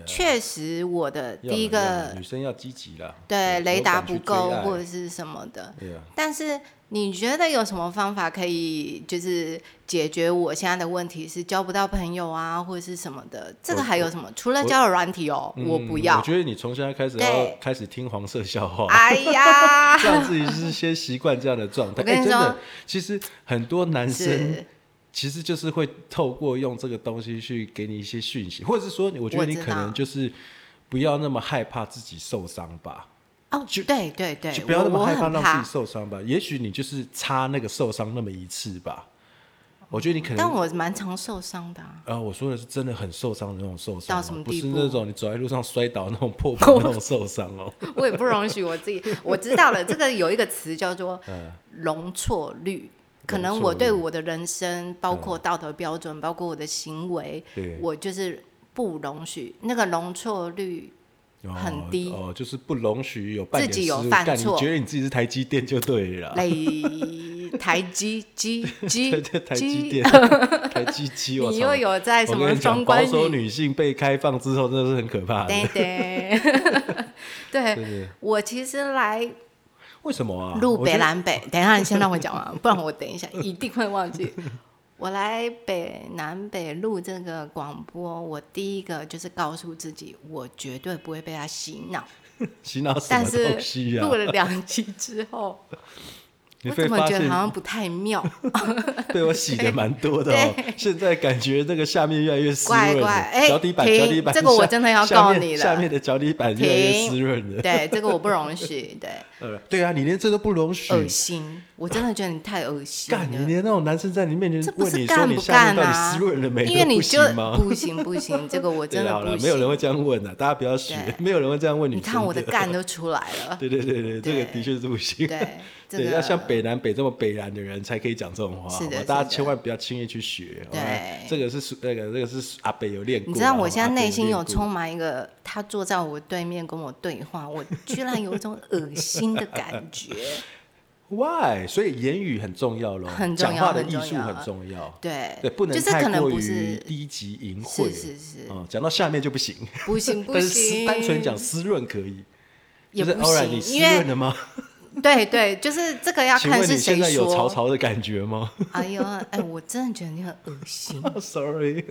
Speaker 2: 确实我的
Speaker 1: 要啦
Speaker 2: 第一
Speaker 1: 要啦
Speaker 2: 个
Speaker 1: 女生要积极啦，
Speaker 2: 对雷达不够或
Speaker 1: 或
Speaker 2: 者是什么的。
Speaker 1: 对啊，
Speaker 2: 但是你觉得有什么方法可以就是解决我现在的问题是交不到朋友啊，或者是什么的？这个还有什么？除了交友软体哦，我不
Speaker 1: 嗯
Speaker 2: 要
Speaker 1: 我。觉得你从现在开始要
Speaker 2: 对
Speaker 1: 开始听黄色笑话。
Speaker 2: 哎呀，
Speaker 1: 让自己是先习惯这样的状态。
Speaker 2: 我跟
Speaker 1: 哎
Speaker 2: 你
Speaker 1: 真的
Speaker 2: 说，
Speaker 1: 其实很多男生
Speaker 2: 是
Speaker 1: 其实就是会透过用这个东西去给你一些讯息，或者是说，我觉得
Speaker 2: 我
Speaker 1: 你
Speaker 2: 知
Speaker 1: 可能
Speaker 2: 道
Speaker 1: 就是不要那么害怕自己受伤吧，
Speaker 2: 哦，对对对
Speaker 1: 就，不要那
Speaker 2: 我
Speaker 1: 么
Speaker 2: 我
Speaker 1: 害怕
Speaker 2: 很
Speaker 1: 让自己受伤吧。也许你就是差那个受伤那么一次吧。我觉得你可
Speaker 2: 但
Speaker 1: 能。
Speaker 2: 我蛮常受伤的啊、
Speaker 1: 啊，我说的是真的很受伤的那种受伤哦、
Speaker 2: 到什么
Speaker 1: 不
Speaker 2: 地
Speaker 1: 是
Speaker 2: 步
Speaker 1: 那种你走在路上摔倒那种 破皮那种受伤哦。
Speaker 2: 我也不容许我自己。我知道了，这个有一个词叫做
Speaker 1: 嗯
Speaker 2: 容错率。可能我对我的人生，包括道德标准，包括我的行为
Speaker 1: 嗯对，
Speaker 2: 我就是不容许那个容错率。
Speaker 1: 哦
Speaker 2: 很低
Speaker 1: 哦，就是不容许有半
Speaker 2: 自
Speaker 1: 点
Speaker 2: 己有
Speaker 1: 失误
Speaker 2: 犯
Speaker 1: 干你
Speaker 2: 错
Speaker 1: 觉得你自己是台积电就对 了啦。
Speaker 2: 累台积 积
Speaker 1: 啊对
Speaker 2: 积
Speaker 1: 对，台积 电，
Speaker 2: 积，
Speaker 1: 台积机，我
Speaker 2: 你
Speaker 1: 操
Speaker 2: 又有在
Speaker 1: 我
Speaker 2: 什
Speaker 1: 跟
Speaker 2: 么
Speaker 1: 你讲
Speaker 2: 双
Speaker 1: 保
Speaker 2: 关
Speaker 1: 守
Speaker 2: 语？
Speaker 1: 女性被开放之后，真的是很可怕的。
Speaker 2: 对 对，
Speaker 1: 对
Speaker 2: 对
Speaker 1: 对，
Speaker 2: 我其实来
Speaker 1: 为什么啊？
Speaker 2: 录
Speaker 1: 我
Speaker 2: 北
Speaker 1: 觉得
Speaker 2: 南 北，等一下你先让我讲完，不然我等一下一定会忘记。我来北南北录这个广播，我第一个就是告诉自己，我绝对不会被他洗脑。
Speaker 1: 洗脑什
Speaker 2: 但
Speaker 1: 么
Speaker 2: 是
Speaker 1: 东西呀
Speaker 2: 录？了两集之后，
Speaker 1: 你
Speaker 2: 我
Speaker 1: 会
Speaker 2: 怎么
Speaker 1: 发
Speaker 2: 觉得好
Speaker 1: 现
Speaker 2: 像不太妙？
Speaker 1: 被我洗的蛮多的哦。现在感觉那个下面越来越湿
Speaker 2: 怪
Speaker 1: 润
Speaker 2: 怪
Speaker 1: 了，
Speaker 2: 哎
Speaker 1: 脚底板，
Speaker 2: 停
Speaker 1: 脚底板下，
Speaker 2: 这个我真的要
Speaker 1: 下
Speaker 2: 告
Speaker 1: 面
Speaker 2: 你了
Speaker 1: 下面的脚底板越来越
Speaker 2: 停
Speaker 1: 湿润 了。
Speaker 2: 对，这个我不容许，对，
Speaker 1: 呃对啊，你连这都不容许。
Speaker 2: 恶心，我真的觉得你太恶心
Speaker 1: 干，你
Speaker 2: 了。
Speaker 1: 连那种男生在你面前
Speaker 2: 这不
Speaker 1: 问
Speaker 2: 是
Speaker 1: 你说
Speaker 2: 干
Speaker 1: 你
Speaker 2: 不
Speaker 1: 下面
Speaker 2: 干
Speaker 1: 到底
Speaker 2: 啊？
Speaker 1: 湿润了没，
Speaker 2: 因为
Speaker 1: 都
Speaker 2: 你
Speaker 1: 不
Speaker 2: 就
Speaker 1: 行吗？
Speaker 2: 不行不行，这个我
Speaker 1: 对啊
Speaker 2: 真的
Speaker 1: 好了，
Speaker 2: 不
Speaker 1: 没有人
Speaker 2: 行。
Speaker 1: 会这样问的，啊大家不要学
Speaker 2: 对，
Speaker 1: 没有人会这样问女
Speaker 2: 你
Speaker 1: 生。
Speaker 2: 看我的干都出来了。
Speaker 1: 对对对对，这个的确是不行。
Speaker 2: 对，这
Speaker 1: 对，
Speaker 2: 个
Speaker 1: 要像北南北这么北南的人才可以讲这种话，
Speaker 2: 是的
Speaker 1: 好吧
Speaker 2: 是的
Speaker 1: 大家千万不要轻易去学。好吧
Speaker 2: 对
Speaker 1: 这个是那个这个是阿北有练过。
Speaker 2: 你知道我现在
Speaker 1: 好吧
Speaker 2: 内心有，充
Speaker 1: 阿
Speaker 2: 满一个他坐在我对面跟我对话，我居然有一种恶心的感觉。
Speaker 1: 北有练过 Why？所以言语很重要咯，
Speaker 2: 很重要
Speaker 1: 讲话的
Speaker 2: 很
Speaker 1: 艺
Speaker 2: 重
Speaker 1: 术
Speaker 2: 要
Speaker 1: 很重要。
Speaker 2: 对，
Speaker 1: 对，不能
Speaker 2: 就是
Speaker 1: 太
Speaker 2: 可能
Speaker 1: 过
Speaker 2: 不
Speaker 1: 于
Speaker 2: 是，
Speaker 1: 低级淫秽。
Speaker 2: 是是是，
Speaker 1: 嗯，讲到下面就不行，
Speaker 2: 不行不
Speaker 1: 但是湿
Speaker 2: 行，
Speaker 1: 单纯讲湿润可以，
Speaker 2: 也
Speaker 1: 就是
Speaker 2: 不
Speaker 1: Alright，
Speaker 2: 行
Speaker 1: 你湿
Speaker 2: 因为
Speaker 1: 润了吗？
Speaker 2: 对对，就是这个要
Speaker 1: 请
Speaker 2: 看
Speaker 1: 问
Speaker 2: 是
Speaker 1: 你现
Speaker 2: 谁
Speaker 1: 在有潮
Speaker 2: 说。
Speaker 1: 潮的感觉吗
Speaker 2: 哎呦，哎，我真的觉得你很恶心，
Speaker 1: ？Sorry，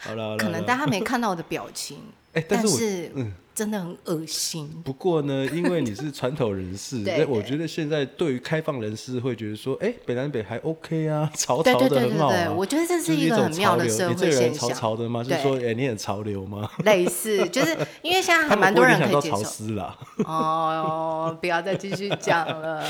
Speaker 1: 好了好了，
Speaker 2: 可能
Speaker 1: 好了
Speaker 2: 大家没看到我的表情，
Speaker 1: 哎，但
Speaker 2: 但
Speaker 1: 是我
Speaker 2: 是
Speaker 1: 嗯，
Speaker 2: 真的很恶心。
Speaker 1: 不过呢，因为你是传统人士，
Speaker 2: 对
Speaker 1: 那我
Speaker 2: 对
Speaker 1: 觉得现在对于开放人士会觉得说，哎，北南北还 OK 啊，潮
Speaker 2: 对
Speaker 1: 潮
Speaker 2: 对
Speaker 1: 的
Speaker 2: 对对
Speaker 1: 很好
Speaker 2: 对，
Speaker 1: 啊。
Speaker 2: 我觉得这
Speaker 1: 就是一
Speaker 2: 个
Speaker 1: 种
Speaker 2: 很妙
Speaker 1: 潮
Speaker 2: 的
Speaker 1: 流，
Speaker 2: 社
Speaker 1: 你这
Speaker 2: 会
Speaker 1: 个人
Speaker 2: 现
Speaker 1: 潮
Speaker 2: 象。
Speaker 1: 潮的吗？就是
Speaker 2: 对
Speaker 1: 说，哎，你很潮流吗？
Speaker 2: 类似，就是因为现在还
Speaker 1: 他们
Speaker 2: 蛮
Speaker 1: 不
Speaker 2: 多
Speaker 1: 会影响
Speaker 2: 人可以
Speaker 1: 到
Speaker 2: 接
Speaker 1: 潮
Speaker 2: 受。
Speaker 1: 湿啦。
Speaker 2: 哦，不要再继续讲了。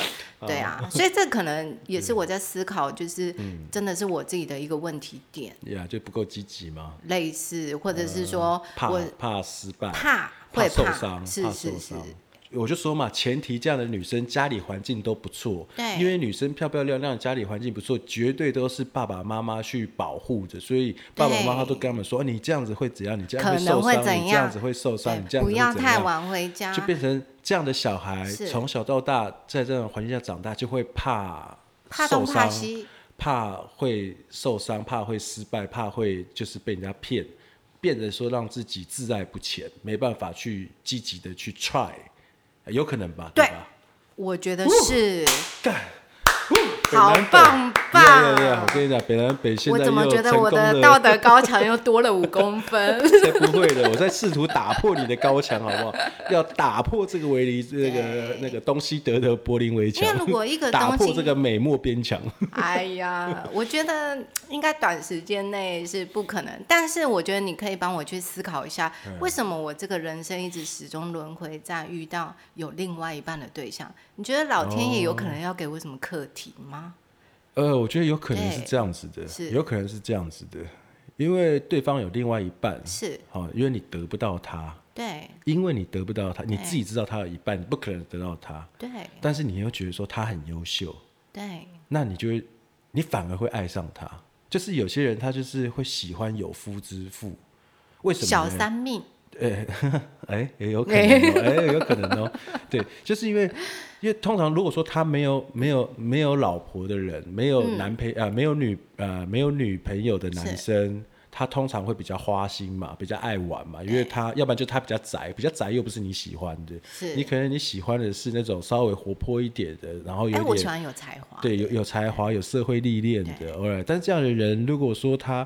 Speaker 2: 对
Speaker 1: 哦
Speaker 2: 啊，所以这可能也是我在思考，就是
Speaker 1: 嗯
Speaker 2: 真的是我自己的一个问题点，
Speaker 1: 呀，就不够积极吗？
Speaker 2: 类似或者是说
Speaker 1: 嗯怕
Speaker 2: 我
Speaker 1: 怕失败，
Speaker 2: 怕会
Speaker 1: 受伤，
Speaker 2: 是
Speaker 1: 怕
Speaker 2: 是
Speaker 1: 受
Speaker 2: 是
Speaker 1: 伤，。我就说嘛，前提这样的女生家里环境都不错，
Speaker 2: 对
Speaker 1: 因为女生漂漂亮亮，家里环境不错，绝对都是爸爸妈妈去保护着，所以爸爸妈妈都跟他们说，你这样子会怎样，你这样
Speaker 2: 可
Speaker 1: 会受
Speaker 2: 能会
Speaker 1: 伤，
Speaker 2: 怎
Speaker 1: 你这样子会受伤，你这
Speaker 2: 对，
Speaker 1: 样
Speaker 2: 不
Speaker 1: 子会怎
Speaker 2: 要太
Speaker 1: 样，
Speaker 2: 晚回家
Speaker 1: 就。变成这样的小孩
Speaker 2: 是
Speaker 1: 从小到大在这样的环境下长大，就会怕
Speaker 2: 怕
Speaker 1: 受
Speaker 2: 东怕
Speaker 1: 伤，
Speaker 2: 西，
Speaker 1: 怕会受伤，怕会失败，怕会就是被人家骗，变得说让自己自爱不前，没办法去积极的去 try，呃有可能吧？
Speaker 2: 对
Speaker 1: 吧？
Speaker 2: 我觉得是。
Speaker 1: 干，
Speaker 2: 好
Speaker 1: 北南北
Speaker 2: 棒棒
Speaker 1: 呀呀呀我跟你讲，北南北现
Speaker 2: 我
Speaker 1: 在
Speaker 2: 怎么
Speaker 1: 又
Speaker 2: 觉得
Speaker 1: 成
Speaker 2: 我
Speaker 1: 功
Speaker 2: 的
Speaker 1: 地
Speaker 2: 道德高墙又多了五公分？
Speaker 1: 才不会的，我在试图打破你的高墙，好不好？ 要打破这个围篱，这个
Speaker 2: 对
Speaker 1: 那个东西德的柏林围墙。
Speaker 2: 因为如果一 个
Speaker 1: 打
Speaker 2: 东
Speaker 1: 破
Speaker 2: 西
Speaker 1: 这个美墨边墙，
Speaker 2: 哎呀，我觉得应该短时间内是不可能，但是我觉得你可以帮我去思考一下，
Speaker 1: 嗯
Speaker 2: 为什么我这个人生一直始终轮回在遇到有另外一半的对象？你觉得老天爷有可能要给我什么课题吗？
Speaker 1: 呃，我觉得有可能是
Speaker 2: 对
Speaker 1: 这样子的，
Speaker 2: 是
Speaker 1: 有可能是这样子的，因为对方有另外一半，
Speaker 2: 是
Speaker 1: 好、因为你得不到他，
Speaker 2: 对
Speaker 1: 因为你得不到他，你自己知道他有一半，你不可能得到他，
Speaker 2: 对
Speaker 1: 但是你又觉得说他很优秀，
Speaker 2: 对，
Speaker 1: 那你就会，你反而会爱上他。就是有些人他就是会喜欢有夫之妇，为什么
Speaker 2: 小
Speaker 1: 呢
Speaker 2: 三命
Speaker 1: 哎， 也有可能、哦，哎，有可能哦。 对，就是因为，因为通常如果说他没有没有没有老婆的人，没有
Speaker 2: 嗯
Speaker 1: 男朋啊、没有女呃没有女朋友的男
Speaker 2: 是
Speaker 1: 生，他通常会比较花心嘛，比较爱玩嘛，因为
Speaker 2: 对
Speaker 1: 他要不然就他比较宅，比较宅又不是你喜欢的，
Speaker 2: 是
Speaker 1: 你可能你喜欢的是那种稍微活泼一点的，然后
Speaker 2: 哎，
Speaker 1: 有
Speaker 2: 我喜
Speaker 1: 点、
Speaker 2: 欢有才华，
Speaker 1: 对有有才华、有社会历练的，偶尔。但是这样的人，如果说他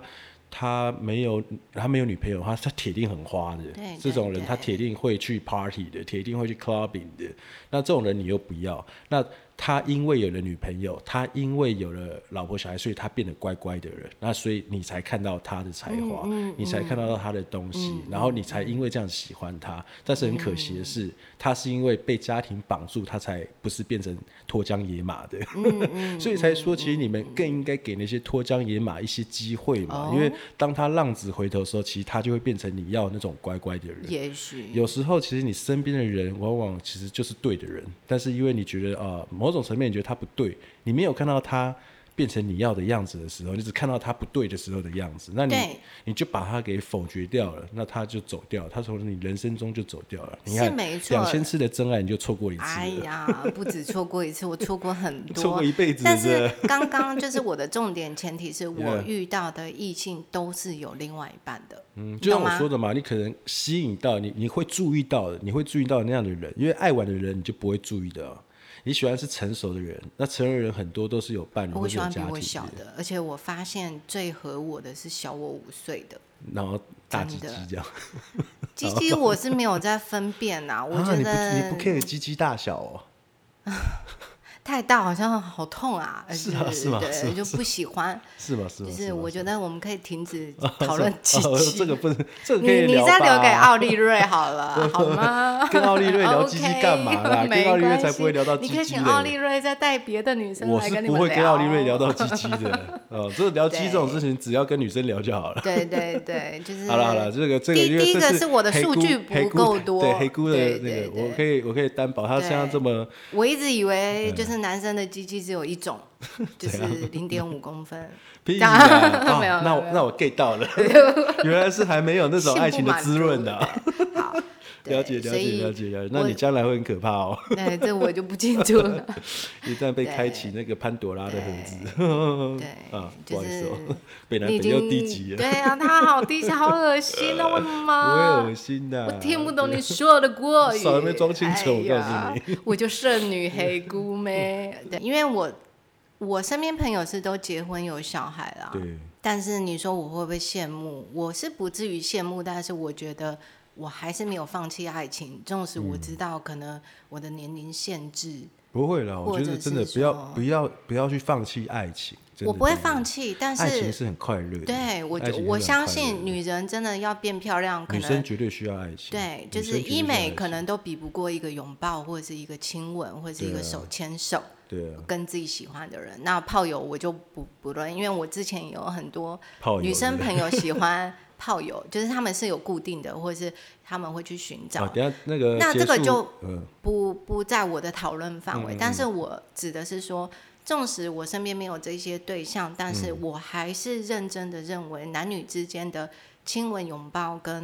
Speaker 1: 他没有他没有女朋友的话，他铁定很花的。
Speaker 2: 对
Speaker 1: 这种人
Speaker 2: 对
Speaker 1: 他
Speaker 2: 对
Speaker 1: 铁定会去 party 的，铁定会去 clubbing 的。那这种人你又不要，那他因为有了女朋友，他因为有了老婆小孩，所以他变得乖乖的人。那所以你才看到他的才华，你才看到他的东西，然后你才因为这样喜欢他。但是很可惜的是，他是因为被家庭绑住，他才不是变成脱缰野马的。 所以才说，其实你们更应该给那些脱缰野马一些机会嘛，
Speaker 2: 哦
Speaker 1: 因为当他浪子回头的时候，其实他就会变成你要的那种乖乖的人。
Speaker 2: 也许
Speaker 1: 有时候，其实你身边的人往往其实就是对的人，但是因为你觉得啊、呃某种层面你觉得他不对，你没有看到他变成你要的样子的时候，你只看到他不对的时候的样子，那你
Speaker 2: 对
Speaker 1: 你就把他给否决掉了，那他就走掉了，他从你人生中就走掉了。你
Speaker 2: 是
Speaker 1: 看，
Speaker 2: 没错
Speaker 1: 两千次的真爱你就错过一次了，
Speaker 2: 哎呀，不止错过一次，我错 过很多，
Speaker 1: 错过一辈子
Speaker 2: 但
Speaker 1: 是
Speaker 2: 是 刚刚就是我的重点前提是我
Speaker 1: Yeah
Speaker 2: 遇到的异性都是有另外一半的，嗯
Speaker 1: 就像我说的嘛，你可能吸引到你，你会注意到的，你会注意到那样的人，因为爱玩的人你就不会注意的、啊。你喜欢是成熟的人，那成人人很多都是有伴侣或
Speaker 2: 我
Speaker 1: 是
Speaker 2: 喜
Speaker 1: 有
Speaker 2: 欢比
Speaker 1: 家
Speaker 2: 我
Speaker 1: 庭
Speaker 2: 小
Speaker 1: 的，
Speaker 2: 的，而且我发现最合我的是小我五岁 的。
Speaker 1: 然后大鸡
Speaker 2: 真
Speaker 1: 鸡
Speaker 2: 的
Speaker 1: 这样。
Speaker 2: 鸡鸡我是没有在分辨呐、我
Speaker 1: 啊，
Speaker 2: 觉
Speaker 1: 你不
Speaker 2: 得
Speaker 1: 你不 care 鸡鸡大小哦？
Speaker 2: 太大好像好痛啊，而且
Speaker 1: 是啊是吗是吗
Speaker 2: 对，就不喜欢。
Speaker 1: 是吗？是吗？
Speaker 2: 就是
Speaker 1: 吗
Speaker 2: 我觉得我们可以停 止
Speaker 1: 是
Speaker 2: 讨论
Speaker 1: 吗
Speaker 2: 鸡
Speaker 1: 哦
Speaker 2: 鸡，
Speaker 1: 这个不是，这个可
Speaker 2: 你
Speaker 1: 以
Speaker 2: 你
Speaker 1: 聊
Speaker 2: 再留
Speaker 1: 吧
Speaker 2: 给奥利瑞好 了，好吗？
Speaker 1: 跟奥利瑞聊鸡鸡干嘛啦
Speaker 2: OK，
Speaker 1: 跟奥利瑞
Speaker 2: 没关系
Speaker 1: 才不会聊到鸡鸡
Speaker 2: 你可以请
Speaker 1: 嘞
Speaker 2: 奥利瑞再带别的女生
Speaker 1: 我
Speaker 2: 来
Speaker 1: 是
Speaker 2: 跟你
Speaker 1: 不
Speaker 2: 们
Speaker 1: 会跟奥利瑞聊。到鸡鸡的。哦，这聊鸡这种事情，只要跟女生聊就好了。
Speaker 2: 对对对，就是
Speaker 1: 好了好了，这个这个
Speaker 2: 第
Speaker 1: 因为
Speaker 2: 第一
Speaker 1: 这
Speaker 2: 个
Speaker 1: 是
Speaker 2: 是我的
Speaker 1: 黑
Speaker 2: 数
Speaker 1: 姑
Speaker 2: 据
Speaker 1: 黑
Speaker 2: 不
Speaker 1: 姑
Speaker 2: 够
Speaker 1: 的
Speaker 2: 多
Speaker 1: 对黑姑的
Speaker 2: 对
Speaker 1: 那
Speaker 2: 对
Speaker 1: 个，我
Speaker 2: 对
Speaker 1: 可以我可以担保他现在
Speaker 2: 对
Speaker 1: 这么
Speaker 2: 我一直以
Speaker 1: 嗯
Speaker 2: 为就是男生的鸡鸡只有 一种，就是零点五公分。
Speaker 1: 屁
Speaker 2: 讲
Speaker 1: 啊
Speaker 2: 没有
Speaker 1: 啊，那
Speaker 2: 没
Speaker 1: 我
Speaker 2: 有
Speaker 1: 那我 get 到了，原来是还没有那种爱情的滋润的啊。
Speaker 2: 好，对
Speaker 1: 了解了
Speaker 2: 所以
Speaker 1: 解了解了解，那
Speaker 2: 我
Speaker 1: 你将来会很可怕哦，
Speaker 2: 对这我就不清楚了。
Speaker 1: 一旦被
Speaker 2: 对
Speaker 1: 开启那个潘朵拉的盒子
Speaker 2: 对
Speaker 1: 啊，不
Speaker 2: 就
Speaker 1: 好意
Speaker 2: 是
Speaker 1: 思 哦， 北南
Speaker 2: 你已
Speaker 1: 本
Speaker 2: 经
Speaker 1: 又低级了
Speaker 2: 对，啊，他好低级，好恶心啊！我的
Speaker 1: 不
Speaker 2: 妈，
Speaker 1: 会恶心的，
Speaker 2: 我听不懂你说的国语，
Speaker 1: 少在那边装清纯我告诉你
Speaker 2: 哎呀我就剩女黑 姑妹。对，因为我我身边朋友是都结婚有小孩啦，
Speaker 1: 对。
Speaker 2: 但是你说我会不会羡慕？我是不至于羡慕，但是我觉得我还是没有放弃爱情，纵使
Speaker 1: 嗯
Speaker 2: 我知道可能我的年龄限制，
Speaker 1: 不会啦，我
Speaker 2: 或
Speaker 1: 觉
Speaker 2: 者
Speaker 1: 得真的
Speaker 2: 是
Speaker 1: 不要
Speaker 2: 说
Speaker 1: 不要不要去放弃爱情，真的
Speaker 2: 我不会
Speaker 1: 真的
Speaker 2: 放弃，但
Speaker 1: 爱情
Speaker 2: 是
Speaker 1: 是很快乐的，
Speaker 2: 对我
Speaker 1: 爱情是
Speaker 2: 我
Speaker 1: 很
Speaker 2: 相
Speaker 1: 快乐
Speaker 2: 信
Speaker 1: 的
Speaker 2: 女人真的要变漂亮，可
Speaker 1: 女
Speaker 2: 能
Speaker 1: 生绝对需要爱情，
Speaker 2: 对，
Speaker 1: 女
Speaker 2: 就
Speaker 1: 生
Speaker 2: 是
Speaker 1: 绝对需
Speaker 2: 医
Speaker 1: 要爱
Speaker 2: 美可
Speaker 1: 情
Speaker 2: 能都比不过一个拥抱，或者是一个亲吻，或者是一
Speaker 1: 对
Speaker 2: 个
Speaker 1: 啊
Speaker 2: 手牵手，
Speaker 1: 对啊，
Speaker 2: 跟自己喜欢的人。那炮友我就不不论，因为我之前有很多
Speaker 1: 泡友
Speaker 2: 女生
Speaker 1: 对
Speaker 2: 朋友喜欢炮友，就是他们是有固定的，或者是他们会去寻找。
Speaker 1: 啊，等一下那个
Speaker 2: 那
Speaker 1: 结
Speaker 2: 这个
Speaker 1: 束
Speaker 2: 就
Speaker 1: 嗯
Speaker 2: 不不在我的讨论范围，
Speaker 1: 嗯嗯
Speaker 2: 但是我指的是说，纵使我身边没有这些对象，但是
Speaker 1: 嗯
Speaker 2: 我还是认真的认为男女之间的亲吻、拥抱
Speaker 1: 嗯
Speaker 2: 跟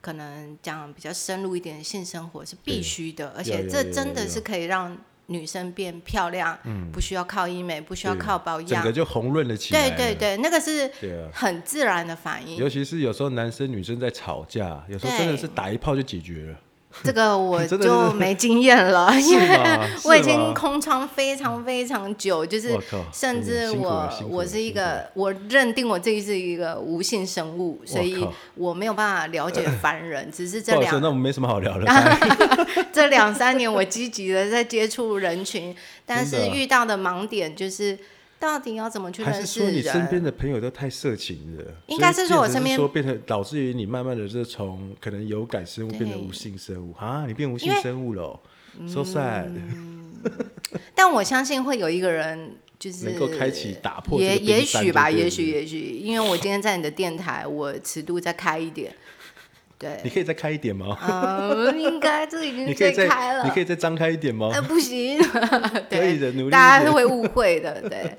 Speaker 2: 可能讲比较深入一点的性生活是必须的，而且
Speaker 1: 有
Speaker 2: 这
Speaker 1: 有
Speaker 2: 真的
Speaker 1: 有嗯
Speaker 2: 是可以让女生变漂亮，不需要靠医美，不需要
Speaker 1: 对
Speaker 2: 靠保
Speaker 1: 整
Speaker 2: 养
Speaker 1: 个，就红润了起来
Speaker 2: 对
Speaker 1: 了，
Speaker 2: 对对，那个是
Speaker 1: 对啊。
Speaker 2: 很自然的反应
Speaker 1: 尤。其是有时候男生女生在吵架，有时候真的
Speaker 2: 对
Speaker 1: 是打一炮就解决了，
Speaker 2: 这个我
Speaker 1: 真的真
Speaker 2: 就
Speaker 1: 的
Speaker 2: 没经验了，因
Speaker 1: 是
Speaker 2: 为
Speaker 1: 吗？
Speaker 2: 我已
Speaker 1: 是
Speaker 2: 经
Speaker 1: 吗
Speaker 2: 空窗非常非常久，就是
Speaker 1: 我靠
Speaker 2: 甚
Speaker 1: 真的
Speaker 2: 至
Speaker 1: 辛苦了
Speaker 2: 我
Speaker 1: 辛苦
Speaker 2: 我
Speaker 1: 了
Speaker 2: 是一
Speaker 1: 辛苦了
Speaker 2: 个我认定我自己是一个无性生物，所以
Speaker 1: 靠
Speaker 2: 我没有办法了解 凡人。只是
Speaker 1: 不
Speaker 2: 这
Speaker 1: 好意思，那
Speaker 2: 两
Speaker 1: 我们没什么好聊 的。拜
Speaker 2: 这两三年，我积极的在接触人群，但
Speaker 1: 真
Speaker 2: 是
Speaker 1: 的啊
Speaker 2: 遇到的盲点就是到底要怎么去
Speaker 1: 还
Speaker 2: 认
Speaker 1: 是
Speaker 2: 识
Speaker 1: 说你身边
Speaker 2: 人？
Speaker 1: 的朋友都太色情了？
Speaker 2: 应该
Speaker 1: 所以
Speaker 2: 是说我
Speaker 1: 变成
Speaker 2: 身边
Speaker 1: 说变成导致于你慢慢的就是从可能有感生物变成
Speaker 2: 对嗯
Speaker 1: 无性生物啊，你变无
Speaker 2: 因
Speaker 1: 性
Speaker 2: 为
Speaker 1: 生物了哦，so sad，
Speaker 2: 但我相信会有一个人就是
Speaker 1: 能够开启打破
Speaker 2: 也
Speaker 1: 这个冰
Speaker 2: 也
Speaker 1: 山
Speaker 2: 许
Speaker 1: 就
Speaker 2: 吧，
Speaker 1: 对了
Speaker 2: 也许也许，因为我今天在你的电台，我尺度再开 一点，对。
Speaker 1: 你可以再开一点吗？
Speaker 2: 嗯，应该这已
Speaker 1: 你
Speaker 2: 经
Speaker 1: 可以
Speaker 2: 最
Speaker 1: 再
Speaker 2: 开了。
Speaker 1: 你可以再张开一点吗？
Speaker 2: 呃，不行，
Speaker 1: 哦 可以的努力
Speaker 2: 对，
Speaker 1: 一
Speaker 2: 大家
Speaker 1: 点
Speaker 2: 会误会的， 对，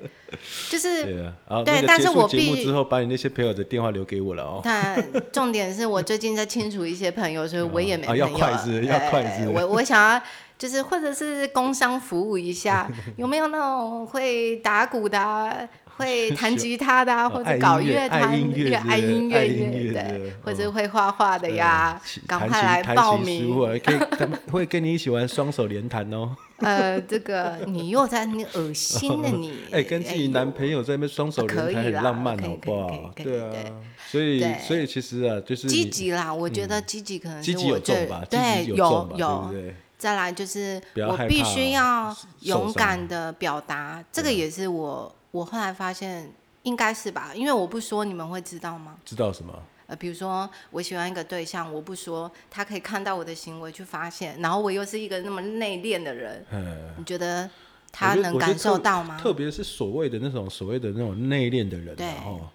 Speaker 2: 就是。
Speaker 1: 对啊，好，
Speaker 2: 对
Speaker 1: 那个
Speaker 2: 但是
Speaker 1: 结束
Speaker 2: 我
Speaker 1: 节
Speaker 2: 必
Speaker 1: 目之后，把你那些朋友的电话留给我了哦。
Speaker 2: 但重点是我最近在清除一些朋友，所以我也没
Speaker 1: 啊
Speaker 2: 朋
Speaker 1: 要
Speaker 2: 友
Speaker 1: 快
Speaker 2: 了
Speaker 1: 是不是要
Speaker 2: 对
Speaker 1: 快是不是
Speaker 2: 我我想要就是或者是工商服务一 下，有没有那种会打鼓的啊、会弹吉他的 啊，
Speaker 1: 哦
Speaker 2: 或
Speaker 1: 爱
Speaker 2: 者搞
Speaker 1: 音乐
Speaker 2: 乐
Speaker 1: 爱
Speaker 2: 团、
Speaker 1: 音乐
Speaker 2: 乐
Speaker 1: 之
Speaker 2: 爱
Speaker 1: 类
Speaker 2: 音
Speaker 1: 爱
Speaker 2: 乐
Speaker 1: 音乐
Speaker 2: 乐
Speaker 1: 之类
Speaker 2: 对
Speaker 1: 的，哦
Speaker 2: 或者会画画的呀
Speaker 1: 对啊，
Speaker 2: 赶
Speaker 1: 弹
Speaker 2: 快
Speaker 1: 琴
Speaker 2: 来
Speaker 1: 弹
Speaker 2: 报
Speaker 1: 琴
Speaker 2: 名
Speaker 1: 书。啊可以 他们会跟你一起玩双手连弹哦。
Speaker 2: 呃，这个你又在你恶心
Speaker 1: 。
Speaker 2: 了你
Speaker 1: 哎、跟自己男朋友在那边双手连
Speaker 2: 可
Speaker 1: 弹
Speaker 2: 以
Speaker 1: 很
Speaker 2: 啦
Speaker 1: 浪漫，
Speaker 2: 可以
Speaker 1: 好不
Speaker 2: 可以
Speaker 1: 好？
Speaker 2: 可以可以
Speaker 1: 对
Speaker 2: 对
Speaker 1: 啊，所以
Speaker 2: 对
Speaker 1: 所以其实啊，就是
Speaker 2: 积
Speaker 1: 你嗯
Speaker 2: 极啦，我觉得积极可能
Speaker 1: 积
Speaker 2: 是
Speaker 1: 极
Speaker 2: 我
Speaker 1: 有
Speaker 2: 最
Speaker 1: 中吧，积
Speaker 2: 对
Speaker 1: 极有中
Speaker 2: 有
Speaker 1: 吧，对不
Speaker 2: 有。
Speaker 1: 对？
Speaker 2: 再来就是
Speaker 1: 不要
Speaker 2: 我
Speaker 1: 害
Speaker 2: 必
Speaker 1: 怕
Speaker 2: 须要勇
Speaker 1: 受伤啊
Speaker 2: 敢的表达，这个也是我我后来发现应该是吧，因为我不说你们会知道吗？
Speaker 1: 知道什么？
Speaker 2: 呃，比如说我喜欢一个对象，我不说，他可以看到我的行为去发现，然后我又是一个那么内敛的人，
Speaker 1: 嗯，
Speaker 2: 你觉得他
Speaker 1: 我觉得
Speaker 2: 能
Speaker 1: 我觉得
Speaker 2: 感受
Speaker 1: 特
Speaker 2: 到吗？
Speaker 1: 特别是所谓的那种所谓的那种内敛的人、
Speaker 2: 对
Speaker 1: 啊，哦，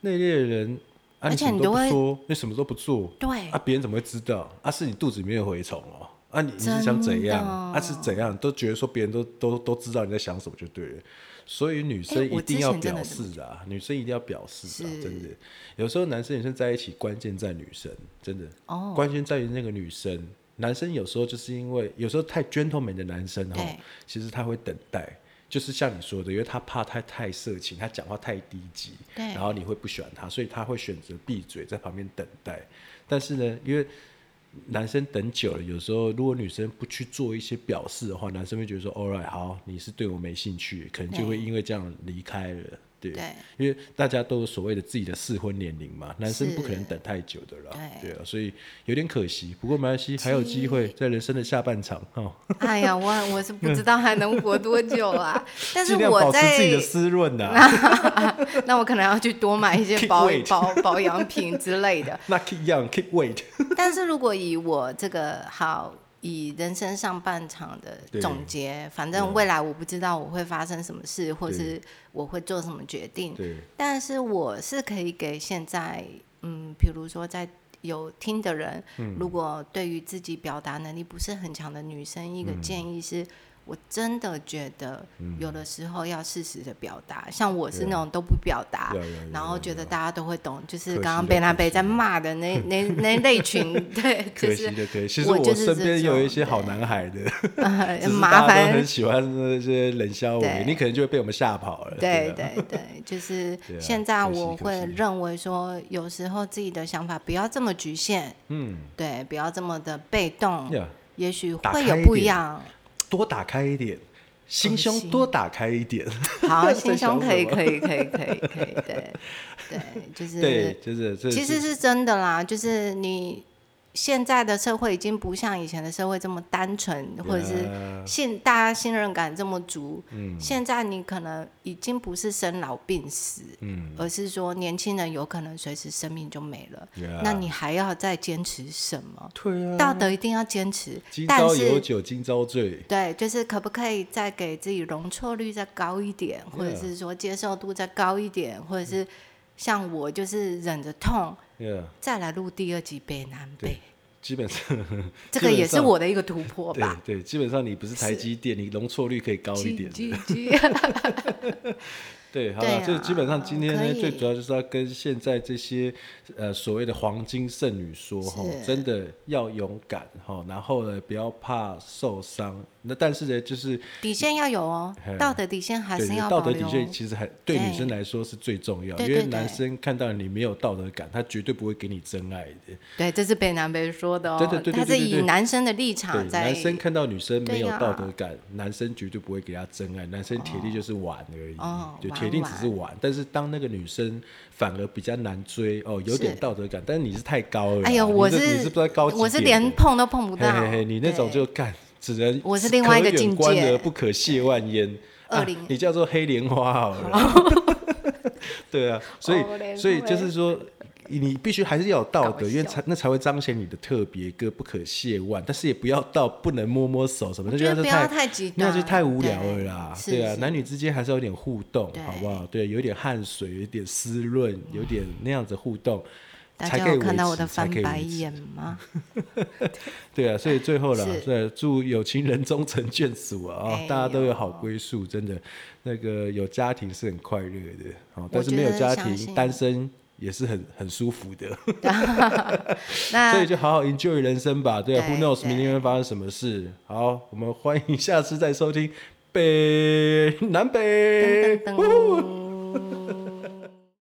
Speaker 1: 内敛的人，啊，
Speaker 2: 而
Speaker 1: 你
Speaker 2: 且
Speaker 1: 什么
Speaker 2: 你
Speaker 1: 都
Speaker 2: 都
Speaker 1: 不
Speaker 2: 会
Speaker 1: 说，你什么都不做，
Speaker 2: 对
Speaker 1: 啊，别人怎么会知道？啊，是你肚子里面有蛔虫哦。啊你，你是
Speaker 2: 真
Speaker 1: 想怎样？
Speaker 2: 的哦
Speaker 1: 啊，是怎样？都觉得说别人都都都知道你在想什么就对了。所以女生
Speaker 2: 哎我
Speaker 1: 一定
Speaker 2: 之
Speaker 1: 要
Speaker 2: 前真的
Speaker 1: 表
Speaker 2: 这么
Speaker 1: 示啊，女生一定要表示啊，
Speaker 2: 是
Speaker 1: 真的。有时候男生女生在一起，关键在女生，真的。
Speaker 2: 哦
Speaker 1: 关键在于那个女生。男生有时候就是因为有时候太 gentleman 的男生哦
Speaker 2: 对，
Speaker 1: 其实他会等待，就是像你说的，因为他怕他太色情，他讲话太低级，
Speaker 2: 对
Speaker 1: 然后你会不喜欢他，所以他会选择闭嘴，在旁边等待。但是呢，因为男生等久了，有时候如果女生不去做一些表示的话，男生会觉得说，all right，好，你是对我没兴趣，可能就会因为这样离开了。对，
Speaker 2: 对
Speaker 1: 因为大家都有所谓的自己的适婚年龄嘛，男生不可能等太久的啦，
Speaker 2: 对
Speaker 1: 啊，所以有点可惜。不过没关系，还有机会在人生的下半场哈，哦
Speaker 2: 哎呀，我我是不知道还能活多久啦， 但是
Speaker 1: 尽量
Speaker 2: 我
Speaker 1: 保持
Speaker 2: 在
Speaker 1: 自己的湿润呐、 啊。
Speaker 2: 那我可能要去多买 一些
Speaker 1: Keep
Speaker 2: 保
Speaker 1: weight
Speaker 2: 保保养品之 类的。
Speaker 1: 那 keep young, keep weight。
Speaker 2: 但是如果以我这个好，以人生上半场的
Speaker 1: 对
Speaker 2: 总结，反正未来我不知道我会发生什么事，或是我会做什么决定，
Speaker 1: 对，
Speaker 2: 但是我是可以给现在，嗯，比如说在。有听的人，
Speaker 1: 嗯
Speaker 2: 如果对于自己表达能力不是很强的女生，一个建议是，我真的觉得
Speaker 1: 嗯
Speaker 2: 有的时候要适时的表达。像我是那种都不表达，
Speaker 1: 有有有
Speaker 2: 然后觉得大家都会懂，就
Speaker 1: 嗯
Speaker 2: 是
Speaker 1: 可惜
Speaker 2: 刚刚
Speaker 1: 了
Speaker 2: 贝纳
Speaker 1: 可
Speaker 2: 贝
Speaker 1: 惜
Speaker 2: 在骂的那那那类群， 对，就
Speaker 1: 可惜
Speaker 2: 是
Speaker 1: 的可惜。其实
Speaker 2: 我
Speaker 1: 我
Speaker 2: 就是
Speaker 1: 身边
Speaker 2: 这种
Speaker 1: 有一些好
Speaker 2: 对
Speaker 1: 男孩的，
Speaker 2: 呃
Speaker 1: 只是
Speaker 2: 麻
Speaker 1: 大家都
Speaker 2: 烦
Speaker 1: 很，喜欢那些冷笑话，
Speaker 2: 对
Speaker 1: 你可能就会被我们吓跑了。
Speaker 2: 对
Speaker 1: 啊
Speaker 2: 对对，就是
Speaker 1: 对啊
Speaker 2: 现在
Speaker 1: 可惜
Speaker 2: 我
Speaker 1: 可
Speaker 2: 会
Speaker 1: 惜
Speaker 2: 认为说，有时候自己的想法不要这么局限，
Speaker 1: 嗯，
Speaker 2: 对，不要这么的被动
Speaker 1: Yeah，
Speaker 2: 也许
Speaker 1: 打
Speaker 2: 会
Speaker 1: 开
Speaker 2: 有
Speaker 1: 一
Speaker 2: 不一
Speaker 1: 点
Speaker 2: 样。
Speaker 1: 多打开一点，心胸
Speaker 2: 哦心
Speaker 1: 多打开一点。
Speaker 2: 好，
Speaker 1: 在
Speaker 2: 心胸
Speaker 1: 想
Speaker 2: 可以，
Speaker 1: 什么
Speaker 2: 可以，可以，可以，可 以，对，对，就是
Speaker 1: 对，就是这
Speaker 2: 其实是真的啦，就是你现在的社会已经不像以前的社会这么单纯，或者是
Speaker 1: Yeah，
Speaker 2: 信大家信任感这么足。
Speaker 1: 嗯
Speaker 2: 现在你可能已经不是生老病死，
Speaker 1: 嗯
Speaker 2: 而是说年轻人有可能随时生命就没了。
Speaker 1: ，yeah，
Speaker 2: 那你还要再坚持什么？
Speaker 1: 对啊，
Speaker 2: 道德一定要坚持，
Speaker 1: 今
Speaker 2: 但
Speaker 1: 朝有
Speaker 2: 是
Speaker 1: 酒今朝醉，
Speaker 2: 对，就是可不可以再给自己容错率再高一点，或者
Speaker 1: Yeah 嗯
Speaker 2: 是说接受度再高一点，或者是像我就是忍着痛
Speaker 1: yeah，
Speaker 2: 再来录第二集北南北
Speaker 1: 对，基本上 基
Speaker 2: 这个
Speaker 1: 本
Speaker 2: 也是
Speaker 1: 上
Speaker 2: 我的一个突破
Speaker 1: 对
Speaker 2: 吧。
Speaker 1: 对，基本上你不是台积电，你容错率可以高一点。
Speaker 2: G G，
Speaker 1: 对，好
Speaker 2: 对
Speaker 1: 了，
Speaker 2: 啊
Speaker 1: 就基本上今天
Speaker 2: 可
Speaker 1: 呢，
Speaker 2: 以
Speaker 1: 最主要就是要跟现在这些呃所谓的黄金剩女说，哈，
Speaker 2: 是
Speaker 1: 真的要勇敢哈，然后呢不要怕受伤，那但是呢就是
Speaker 2: 底线要有哦
Speaker 1: 嘿，
Speaker 2: 道德底线还
Speaker 1: 对
Speaker 2: 是要
Speaker 1: 道
Speaker 2: 保
Speaker 1: 德
Speaker 2: 留
Speaker 1: 底
Speaker 2: 哦。
Speaker 1: 线其实还对
Speaker 2: 对
Speaker 1: 女生来说是最重要，
Speaker 2: 对
Speaker 1: 因为
Speaker 2: 对对
Speaker 1: 男生看到你没有道德感，他绝对不会给你真爱的。
Speaker 2: 对，这是北南北说的哦，
Speaker 1: 对对对对
Speaker 2: 他
Speaker 1: 对
Speaker 2: 是
Speaker 1: 对
Speaker 2: 以
Speaker 1: 对
Speaker 2: 男生的立场
Speaker 1: 对，
Speaker 2: 在
Speaker 1: 男生看到女生没有
Speaker 2: 对啊呀
Speaker 1: 道德感，男生绝对不会给她真爱，男生铁定就是玩而已，
Speaker 2: 哦
Speaker 1: 就
Speaker 2: 玩
Speaker 1: 铁定只是玩。但是当那个女生反而比较难追哦，有点
Speaker 2: 是
Speaker 1: 道德感，但是你是太高了啦，
Speaker 2: 哎呦，
Speaker 1: 你
Speaker 2: 我
Speaker 1: 这你是不知道高几
Speaker 2: 我是
Speaker 1: 点
Speaker 2: 连
Speaker 1: 的
Speaker 2: 碰都碰不
Speaker 1: 嘿
Speaker 2: 到。
Speaker 1: 嘿嘿，你那种
Speaker 2: 对
Speaker 1: 就干，只能
Speaker 2: 我是另外一个
Speaker 1: 可远
Speaker 2: 境
Speaker 1: 观
Speaker 2: 界
Speaker 1: 而不可亵玩焉。
Speaker 2: 二
Speaker 1: 啊
Speaker 2: 零
Speaker 1: 你叫做黑莲花好了。 对啊，所以
Speaker 2: 哦莲
Speaker 1: 所以
Speaker 2: 花
Speaker 1: 就是说，你必须还是要有道德，
Speaker 2: 搞
Speaker 1: 因为
Speaker 2: 笑
Speaker 1: 才那才会彰显你的特别跟不可亵玩，但是也不要到不能摸摸手什么，那
Speaker 2: 觉得
Speaker 1: 就是
Speaker 2: 不要太极
Speaker 1: 那
Speaker 2: 端
Speaker 1: 就太无聊了
Speaker 2: 对
Speaker 1: 啦。
Speaker 2: 是
Speaker 1: 对啊，
Speaker 2: 是
Speaker 1: 男女之间还是要有点互动，
Speaker 2: 对
Speaker 1: 好不好？对，有点汗水，有点湿润，有点那样子互动，
Speaker 2: 大
Speaker 1: 才
Speaker 2: 家
Speaker 1: 可以
Speaker 2: 有看到
Speaker 1: 维
Speaker 2: 我
Speaker 1: 持
Speaker 2: 的
Speaker 1: 才
Speaker 2: 翻
Speaker 1: 可以
Speaker 2: 白
Speaker 1: 维持
Speaker 2: 眼吗？
Speaker 1: 对啊，所以最后啦
Speaker 2: 是，
Speaker 1: 对，祝有情人终成眷属啊！
Speaker 2: 哎
Speaker 1: 哦
Speaker 2: 呦
Speaker 1: 大家都有好归宿，真的，那个有家庭是很快乐的哦，但是
Speaker 2: 觉
Speaker 1: 没有
Speaker 2: 得
Speaker 1: 家
Speaker 2: 相
Speaker 1: 庭，
Speaker 2: 信
Speaker 1: 单身也是很很舒服的， 所以
Speaker 2: 那
Speaker 1: 就好好 enjoy 人生吧。对啊
Speaker 2: 对
Speaker 1: ，Who knows
Speaker 2: 对
Speaker 1: 明天会发生什么事？好，我们欢迎下次再收听北南北。
Speaker 2: 噔噔噔。